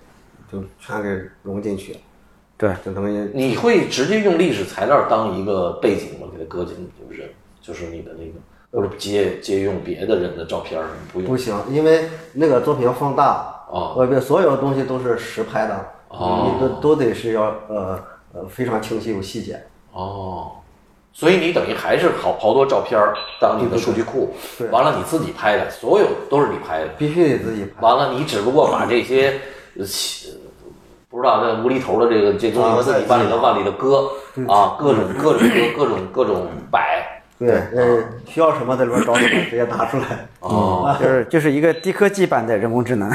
B: 就全给融进去，
F: 对，
B: 整成一
A: 你会直接用历史材料当一个背景吗？给它搁进去，就是就是你的那个，或者借借用别的人的照片儿什么不用
B: 不行，因为那个作品要放大，
A: 哦
B: 外边所有东西都是实拍的，
A: 哦
B: 你都都得是要呃呃非常清晰有细节，
A: 哦。所以你等于还是好好多照片儿当你的数据库，
B: 对
A: 完了你自己拍的，所有都是你拍的，
B: 必须得自己拍。
A: 完了，你只不过把这些呃起不知道这无厘头的这个这东西自己往里头往里头搁啊，各种各种搁各种各种摆
B: 对，呃，需要什么在里边找什么，直接拿出来。
A: 哦，
F: 就是就是一个低科技版的人工智 能，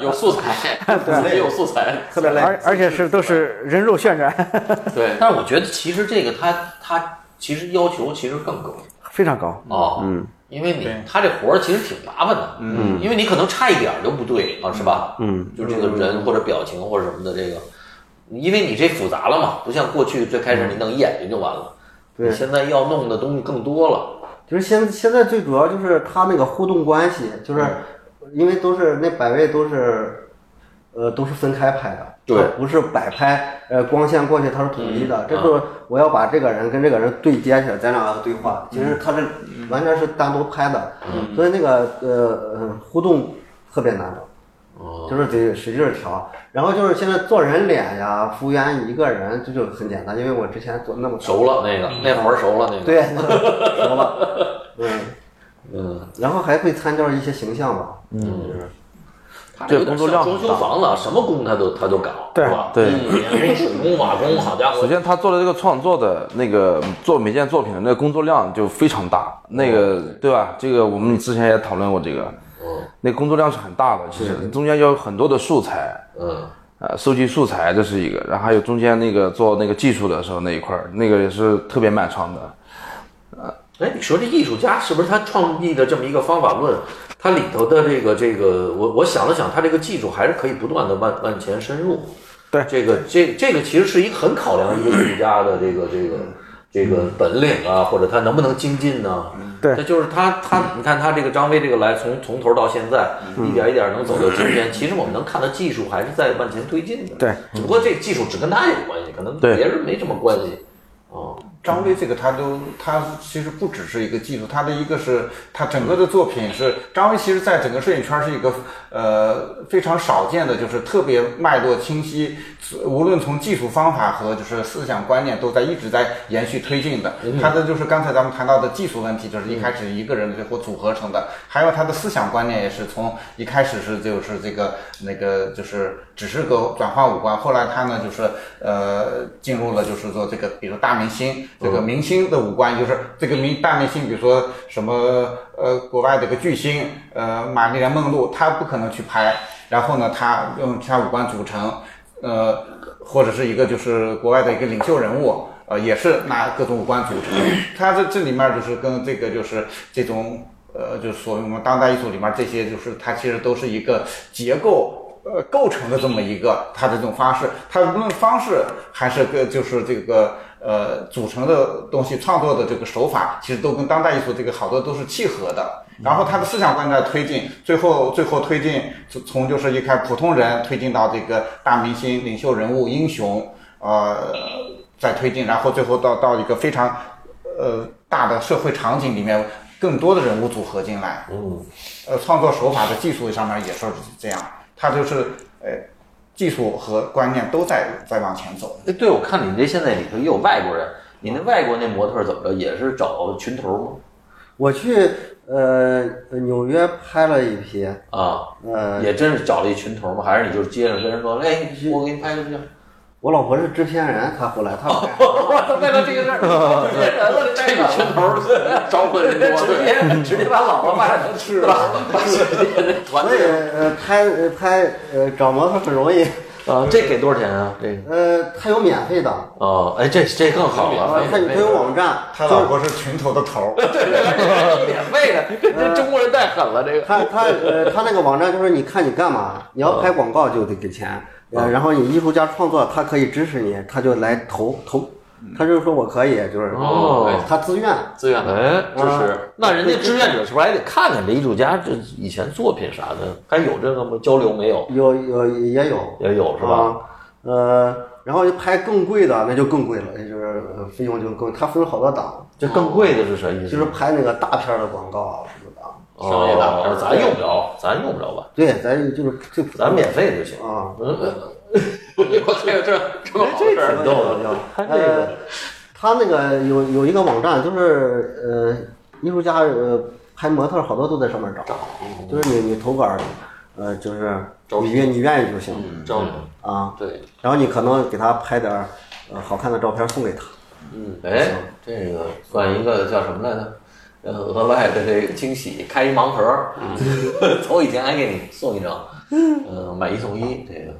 E: 有素材，得有素材，
F: 而而且是都是人肉渲染，
E: 对，
A: 但是我觉得其实这个它它其实要求其实更高
F: 非常高。
A: 哦，嗯。因为你他这活儿其实挺麻烦的，嗯，因为你可能差一点儿就不对啊，是吧？嗯，就这个人或者表情或者什么的这个，因为你这复杂了嘛，不像过去最开始你弄一眼睛就完了，
B: 对
A: 你现在要弄的东西更多了，
B: 就是现现在最主要就是它那个互动关系，
A: 嗯
B: 就是因为都是那百位都是，呃，都是分开拍的，
A: 对嗯
B: 它不是摆拍，呃，光线过去它是统一的，这就是我要把这个人跟这个人对接起来，咱俩要对话，其
A: 嗯
B: 实它是完全是单独拍的，所以那个呃呃互动特别难整。
A: 哦
B: 就是得使劲儿调，然后就是现在做人脸呀，服务员一个人这就很简单，因为我之前做那么多
A: 熟了那个那活儿熟了那个，
B: 对，熟了，嗯，
A: 嗯，
B: 然后还会参照一些形象吧，嗯
A: 他
D: 对
A: 有点
D: 工作
A: 像
D: 量
A: 装
D: 很
A: 修房子，什么工他都他都搞，
F: 对
A: 是吧？
D: 对
A: 嗯连工、水工、瓦工，好家伙
D: 首，先，他做的这个创作的那个做每件作品的那个工作量就非常大，那个对吧？这个我们之前也讨论过这个，那工作量是很大的，其实中间要有很多的素材，
A: 嗯，
D: 呃，收集素材这是一个，然后还有中间那个做那个技术的时候那一块儿，那个也是特别漫长的。
A: 哎，你说这艺术家是不是他创意的这么一个方法论？它里头的这个这个，我我想了想，他这个技术还是可以不断的往往前深入。
F: 对
A: 这个这这个其实是一个很考量一个艺术家的这个这个这个本领啊，或者他能不能精进呢？
F: 嗯对
A: 那就是他他，你看他这个张飞这个来，从从头到现在，
F: 嗯
A: 一点一点能走到今天。其实我们能看到技术还是在往前推进的，
F: 对，
A: 只不过这技术只跟他有关系，可能
D: 对
A: 别人没什么关系。哦，
C: 张威这个他都，他其实不只是一个技术，他的一个是他整个的作品是张威，其实在整个摄影圈是一个呃非常少见的，就是特别脉络清晰，无论从技术方法和就是思想观念都在一直在延续推进的。他的就是刚才咱们谈到的技术问题，就是一开始一个人最后组合成的，还有他的思想观念也是从一开始是就是这个那个就是只是个转化五官，后来他呢就是呃进入了就是做这个比如大明星，这个明星的五官，就是这个明大明星，比如说什么呃国外的一个巨星，呃玛丽莲梦露，她不可能去拍，然后呢，她用其他五官组成，呃或者是一个就是国外的一个领袖人物。呃，也是拿各种五官组成，它这这里面就是跟这个就是这种呃，就是所谓我们当代艺术里面这些，就是它其实都是一个结构呃构成的这么一个它的这种方式，它无论方式还是个就是这个呃组成的东西创作的这个手法，其实都跟当代艺术这个好多都是契合的。然后他的思想观在推进，最后最后推进从从就是一开始普通人推进到这个大明星、领袖人物、英雄，呃。在推进，然后最后到到一个非常呃大的社会场景里面，更多的人物组合进来。嗯，呃，创作手法的技术上面也是这样，它就是呃技术和观念都在在往前走。
A: 哎，对，我看你这现在里头也有外国人，你那外国那模特怎么着也是找群头吗？
B: 我去呃纽约拍了一批，
A: 啊，
B: 呃，
A: 也真是找了一群头吗？还是你就是接着跟人说，哎，我给你 拍个照？
B: 我老婆是制片人，她后来她
A: 哦
B: 拍。
A: 我操，为了这个事儿， 这人了，这个群头
E: 招魂人多，
A: 直
E: 对，
A: 接直接把老婆骂成吃 了，把这 团
B: 所以
A: 队
B: 呃拍呃拍呃找模特很容易，
A: 啊，这给多少钱啊？这个
B: 呃他有免费的，
A: 哦，哎，这这更好
B: 啊
A: 了，
B: 他有他有网站，
C: 他老婆是群头的头儿，
A: 免费的，这这中国人太狠了，这个。
B: 他他呃他那个网站就是你看你干嘛，你要拍广告就得给钱，
A: 啊
B: 呃然后你艺术家创作他可以支持你，他就来投投，他就是说我可以，就是
A: 嗯哦
B: 他自愿，
E: 自愿的，
A: 哎，支持。那人家志愿者是不是还得看看这艺术家这以前作品啥的？还有这个吗？交流没有？
B: 有有也有
A: 也有是吧？
B: 啊呃，然后就拍更贵的那就更贵了，就是呃费用就更，他分好多档，
A: 这更贵的是啥意思？
B: 就是拍那个大片儿的广告啊什么的啊。
E: 商业大片
A: 哦咱用不着，咱用不着吧？
B: 对，咱就是最普
A: 咱免费就行。嗯
B: 啊，
E: 我还有这
B: 哎
E: 这么好的事儿，
A: 挺逗的
B: 有
A: 他这个
B: 呃，他那个有有一个网站，就是呃，艺术家呃拍模特好多都在上面找，就是你你投稿，呃，就是你愿你愿意就行
E: 嗯招人，
B: 啊，
E: 对，
B: 然后你可能给他拍点儿呃好看的照片送给他，
A: 哎，这个算一个叫什么来着？呃，额外的这个惊喜，开一盲盒儿，
B: 嗯
A: 头一天还给你送一张，嗯、买一送一，这个。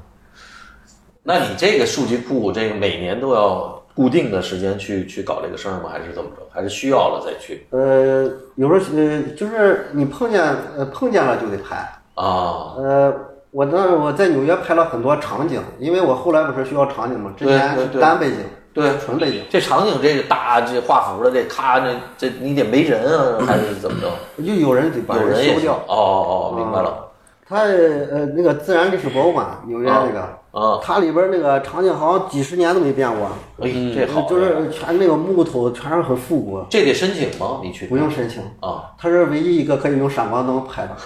A: 那你这个数据库，这个每年都要固定的时间去去搞这个事儿吗？还是怎么着？还是需要了再去
B: 呃，有时候呃就是你碰见呃碰见了就得拍，
A: 啊？
B: 呃。我那我在纽约拍了很多场景，因为我后来不是需要场景嘛，之前
A: 对对
B: 是
A: 对
B: 单背景，
A: 对，
B: 纯背景。
A: 这场景这个大这画幅的这咔这这你得没人 啊，还是怎么着？
B: 就有人得把
A: 有人也
B: 修
A: 行
B: 掉
A: 哦。哦哦，明白了。
B: 它呃那个自然历史博物馆，纽约那个，
A: 啊
B: 它里边那个场景好像几十年都没变过，
A: 哎，这好，
B: 嗯就是全那个木头，全是很复古，
A: 这得申请吗？你去
B: 不用申请。
A: 啊？
B: 它是唯一一个可以用闪光灯拍 的。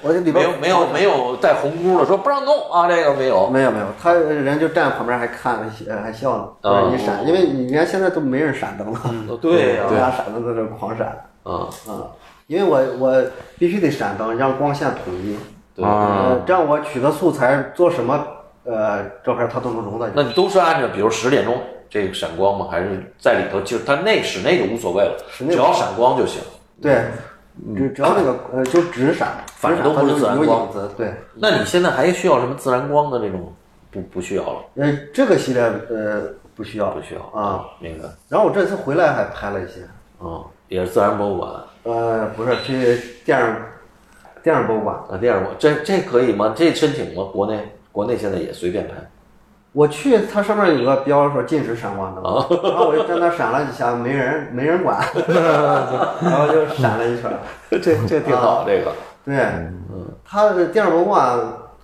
B: 我这里
A: 没
B: 边
A: 哎有没有没有带红箍的，说不让弄啊，这个没有。
B: 没有没有，他人就站旁边还看呃还笑呢，
A: 哦
B: 就是一闪，因为你看现在都没人闪灯了，
A: 对呀
B: 大家闪灯在这狂闪
A: 啊，
B: 啊，因为我我必须得闪灯，让光线统一。
A: 对。
D: 啊
B: 呃，这样我取的素材做什么呃照片，它都能融到一
A: 那
B: 块。
A: 你都是按照比如十点钟这个闪光吗？还是在里头？就是它那室内就无所谓了，
B: 内
A: 只要闪光就行。
B: 对，只只要那个呃就直闪，
A: 嗯反正
B: 直
A: 都
B: 闪它
A: 不是
B: 就
A: 自然
B: 有
A: 光
B: 影子。对，
A: 那你现在还需要什么自然光的这种？不不需要了，
B: 呃，这个系列呃不需要，
A: 不需要
B: 啊。，
A: 明白。
B: 然后我这次回来还拍了一些，
A: 嗯，也是自然博物馆
B: 呃，不是去电影电影博物馆，
A: 啊，第二博这这可以吗？这申请吗？国内国内现在也随便拍。
B: 我去它上面有个标说禁止闪光灯，
A: 哦
B: 然后我就在那闪了几下，没人没人 管，然后就闪了一圈儿。
A: 这这挺好，啊这个
B: 对，嗯，它的电影博物馆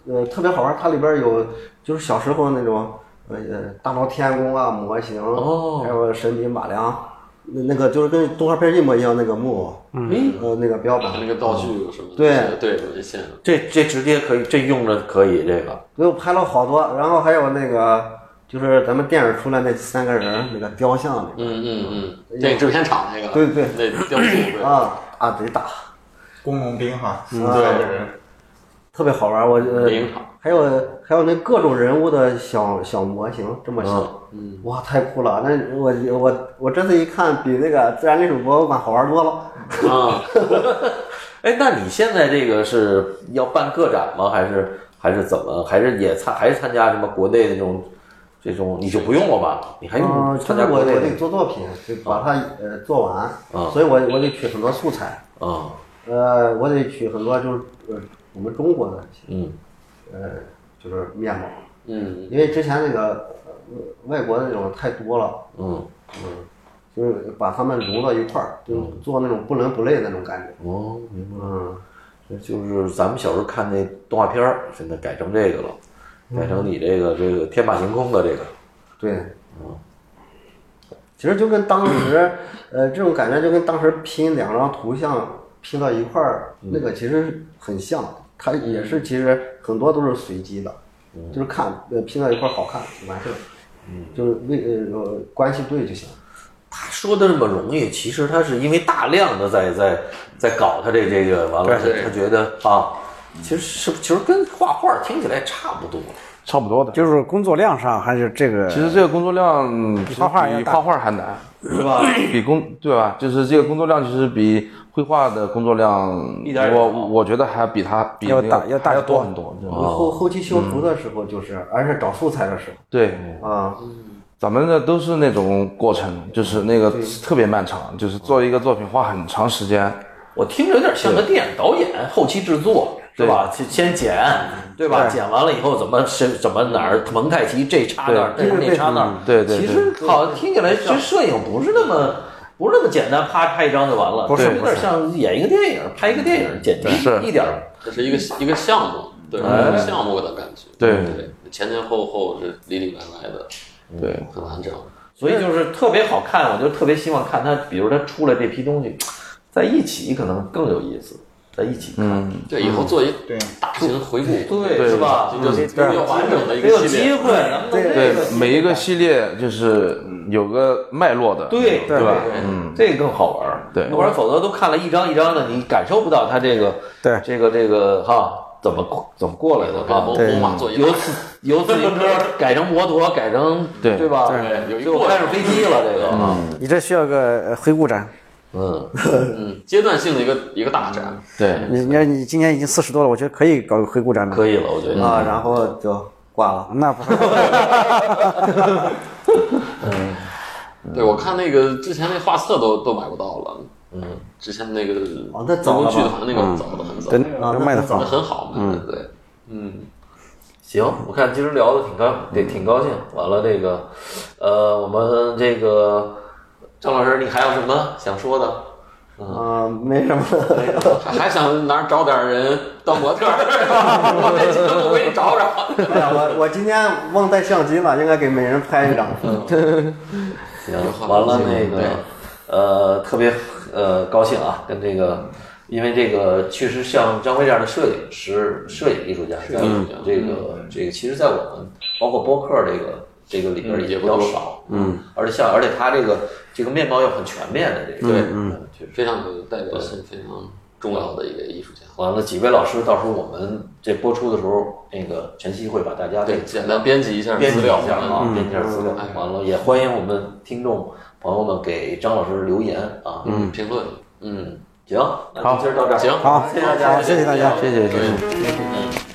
B: 呃特别好玩儿，它里边儿有就是小时候那种呃呃大闹天宫啊模型，
A: 哦
B: 还有神笔马良，那那个就是跟动画片一模一样那个木偶，嗯，呃那个标
E: 把
B: 本，
E: 啊那个道具什么
B: 嗯
E: 的，
B: 对
E: 对，有一线，
A: 这这直接可以，这用着可以这个。
B: 所以我拍了好多，然后还有那个就是咱们电影出来那三个人儿那个雕像里边
E: 嗯嗯嗯，电影制片厂那个，
B: 对对，
E: 那雕塑，对
B: 儿，啊啊贼大，
C: 工农兵哈，三个人，
B: 特别好玩儿，我呃
E: 电影厂
B: 还有还有那各种人物的小小模型，这么小，嗯，哇，太酷了！那我我我这次一看，比那个自然历史博物馆好玩多了。
A: 啊， 哎，那你现在这个是要办个展吗？还是还是怎么？还是也参还是参加什么国内那种这种？你就不用了吧？你还
B: 嗯，
A: 用
B: 就
A: 啊参
B: 是
A: 加国
B: 我我
A: 内
B: 得
A: 的
B: 做作品，得把它呃做完，
A: 啊
B: 所以我我得取很多素材，
A: 啊？
B: 呃，我得取很多就是呃我们中国的
A: 嗯
B: 呃就是面貌，
A: 嗯
B: 因为之前那个呃外国的那种太多了，
A: 嗯
B: 就是把他们融到一块儿，就是
A: 嗯
B: 做那种不伦不类的那种感觉。
A: 哦，明白。
B: 嗯，
A: 那就是咱们小时候看那动画片儿，现在改成这个了，改成你这个这个天马行空的这个。
B: 对，嗯，其实就跟当时，呃，这种感觉就跟当时拼两张图像拼到一块儿，
A: 嗯
B: 那个其实很像，它也是其实很多都是随机的，
A: 嗯
B: 就是看呃拼到一块儿好看就完事儿，嗯，就是为呃关系对就行。
A: 他说的这么容易，其实他是因为大量的在在在搞他这这个，完了
E: 对
A: 他他觉得啊，其实是其实跟画画听起来差不多。
D: 差不多的。
F: 就是工作量上还是这个，
D: 其实这个工作量其实
F: 画画要
D: 比
F: 大
D: 画画还难，是吧？比工对吧？就是这个工作量其实比绘画的工作量，
A: 一点也不
D: 我
A: 好
D: 我觉得还比它比
F: 要
D: 那个
F: 大要大
D: 还要
F: 得多
D: 多很多。
A: 哦
D: 真的
B: 后后期修
A: 嗯
B: 图的时候就是，而且找素材的时
D: 对，
B: 候啊，
A: 嗯
D: 咱们的都是那种过程，就是那个特别漫长，就是做一个作品花很长时间。
A: 我听着有点像个电影导演后期制作，是吧？先先剪，
D: 嗯
A: 对吧？剪完了以后怎么是怎么哪儿蒙太奇这插那儿，这那插那儿，
D: 对对对啊
A: 其实好像听起来，其实摄影不是那么不是那么简单，啪拍一张就完了，
D: 不是
A: 有点像演一个电影，拍一个电影，剪辑
D: 是
A: 一点儿。
E: 这是一个一个项目，对，
B: 哎
E: 一个项目的感觉，
D: 对
E: 对，前前后后是里里外外的，
D: 对，
E: 很完整。
A: 所以就是特别好看，我就特别希望看它，比如它出来这批东西，在一起可能更有意思，在一起看，
D: 嗯
E: 对，以后做一
C: 对
E: 大型回顾，
A: 对是吧？
E: 就就就有完整的一
A: 得有
E: 个系
A: 机
E: 列。
A: 会，能不能这
D: 对
A: 个，
D: 每一个系列就是有个脉络的，
A: 对
D: 对吧？
A: 嗯，这个更好玩儿，
D: 对
A: 要不然否则都看了一张一张的，你感受不到它这个，
F: 对
A: 这个这个哈，怎么过怎么过来的
E: 把
A: 哈
E: 某。某马做一
A: 由
E: 个，
A: 自由自行车改成摩托，改成
D: 对
A: 对吧？
E: 对有一
A: 最后
E: 过
A: 开
E: 程
A: 上飞机了，这个嗯
F: 你这需要个呃回顾展。
A: 嗯，
E: 嗯，阶段性的一个一个大
B: 嗯
E: 展，
D: 对，
F: 你你看你今年已经四十多了，我觉得可以搞个回顾展览。
A: 可以了，我觉得
B: 啊，然后就挂了。
F: 啊那不
E: 对我看那个之前那画册都都买不到了，嗯，之前那个
B: 哦那早了吧嗯
E: 剧团那个早的很早，
F: 对，
B: 啊，
F: 能卖的
B: 很早
F: 好。
E: 那很好卖的，对，嗯，
A: 行，我看今儿聊的挺高，得挺高兴。完了这个，呃，我们这个张老师，你还有什么想说的？嗯
B: 啊，没什么。
E: 还还想哪儿找点人当模特儿， 我那节目我给你找找。
B: 哎呀，我我今天忘带相机了，应该给每人拍一张。
A: 嗯行，完了那个，呃，特别呃高兴啊，跟这个，因为这个确实像张辉这样的摄影师、摄影艺术家，在我们
E: 嗯
A: 这个这个，其实，在我们包括播客这个这个里边
E: 嗯
A: 也
E: 也
A: 比
E: 不
A: 较
E: 多
A: 少，嗯，而且像而且他这个这个面貌又很全面的这个，
E: 对，
A: 嗯，确实
E: 非常有代表性，非常重要的一个艺术家。
A: 完了，几位老师，到时候我们这播出的时候，那个晨曦会把大家这
E: 对，简单编辑一下
A: 编辑
E: 资
A: 一
E: 料
A: 下啊，
E: 嗯
A: 编辑一下资料。完了，也欢迎我们听众朋友们给张老师留言啊。
E: 嗯，评论，
A: 嗯，行，那就今儿到这儿，
E: 行
F: 好，
A: 谢谢大家，
F: 好，谢谢大家。
D: 谢谢谢谢。
A: 嗯。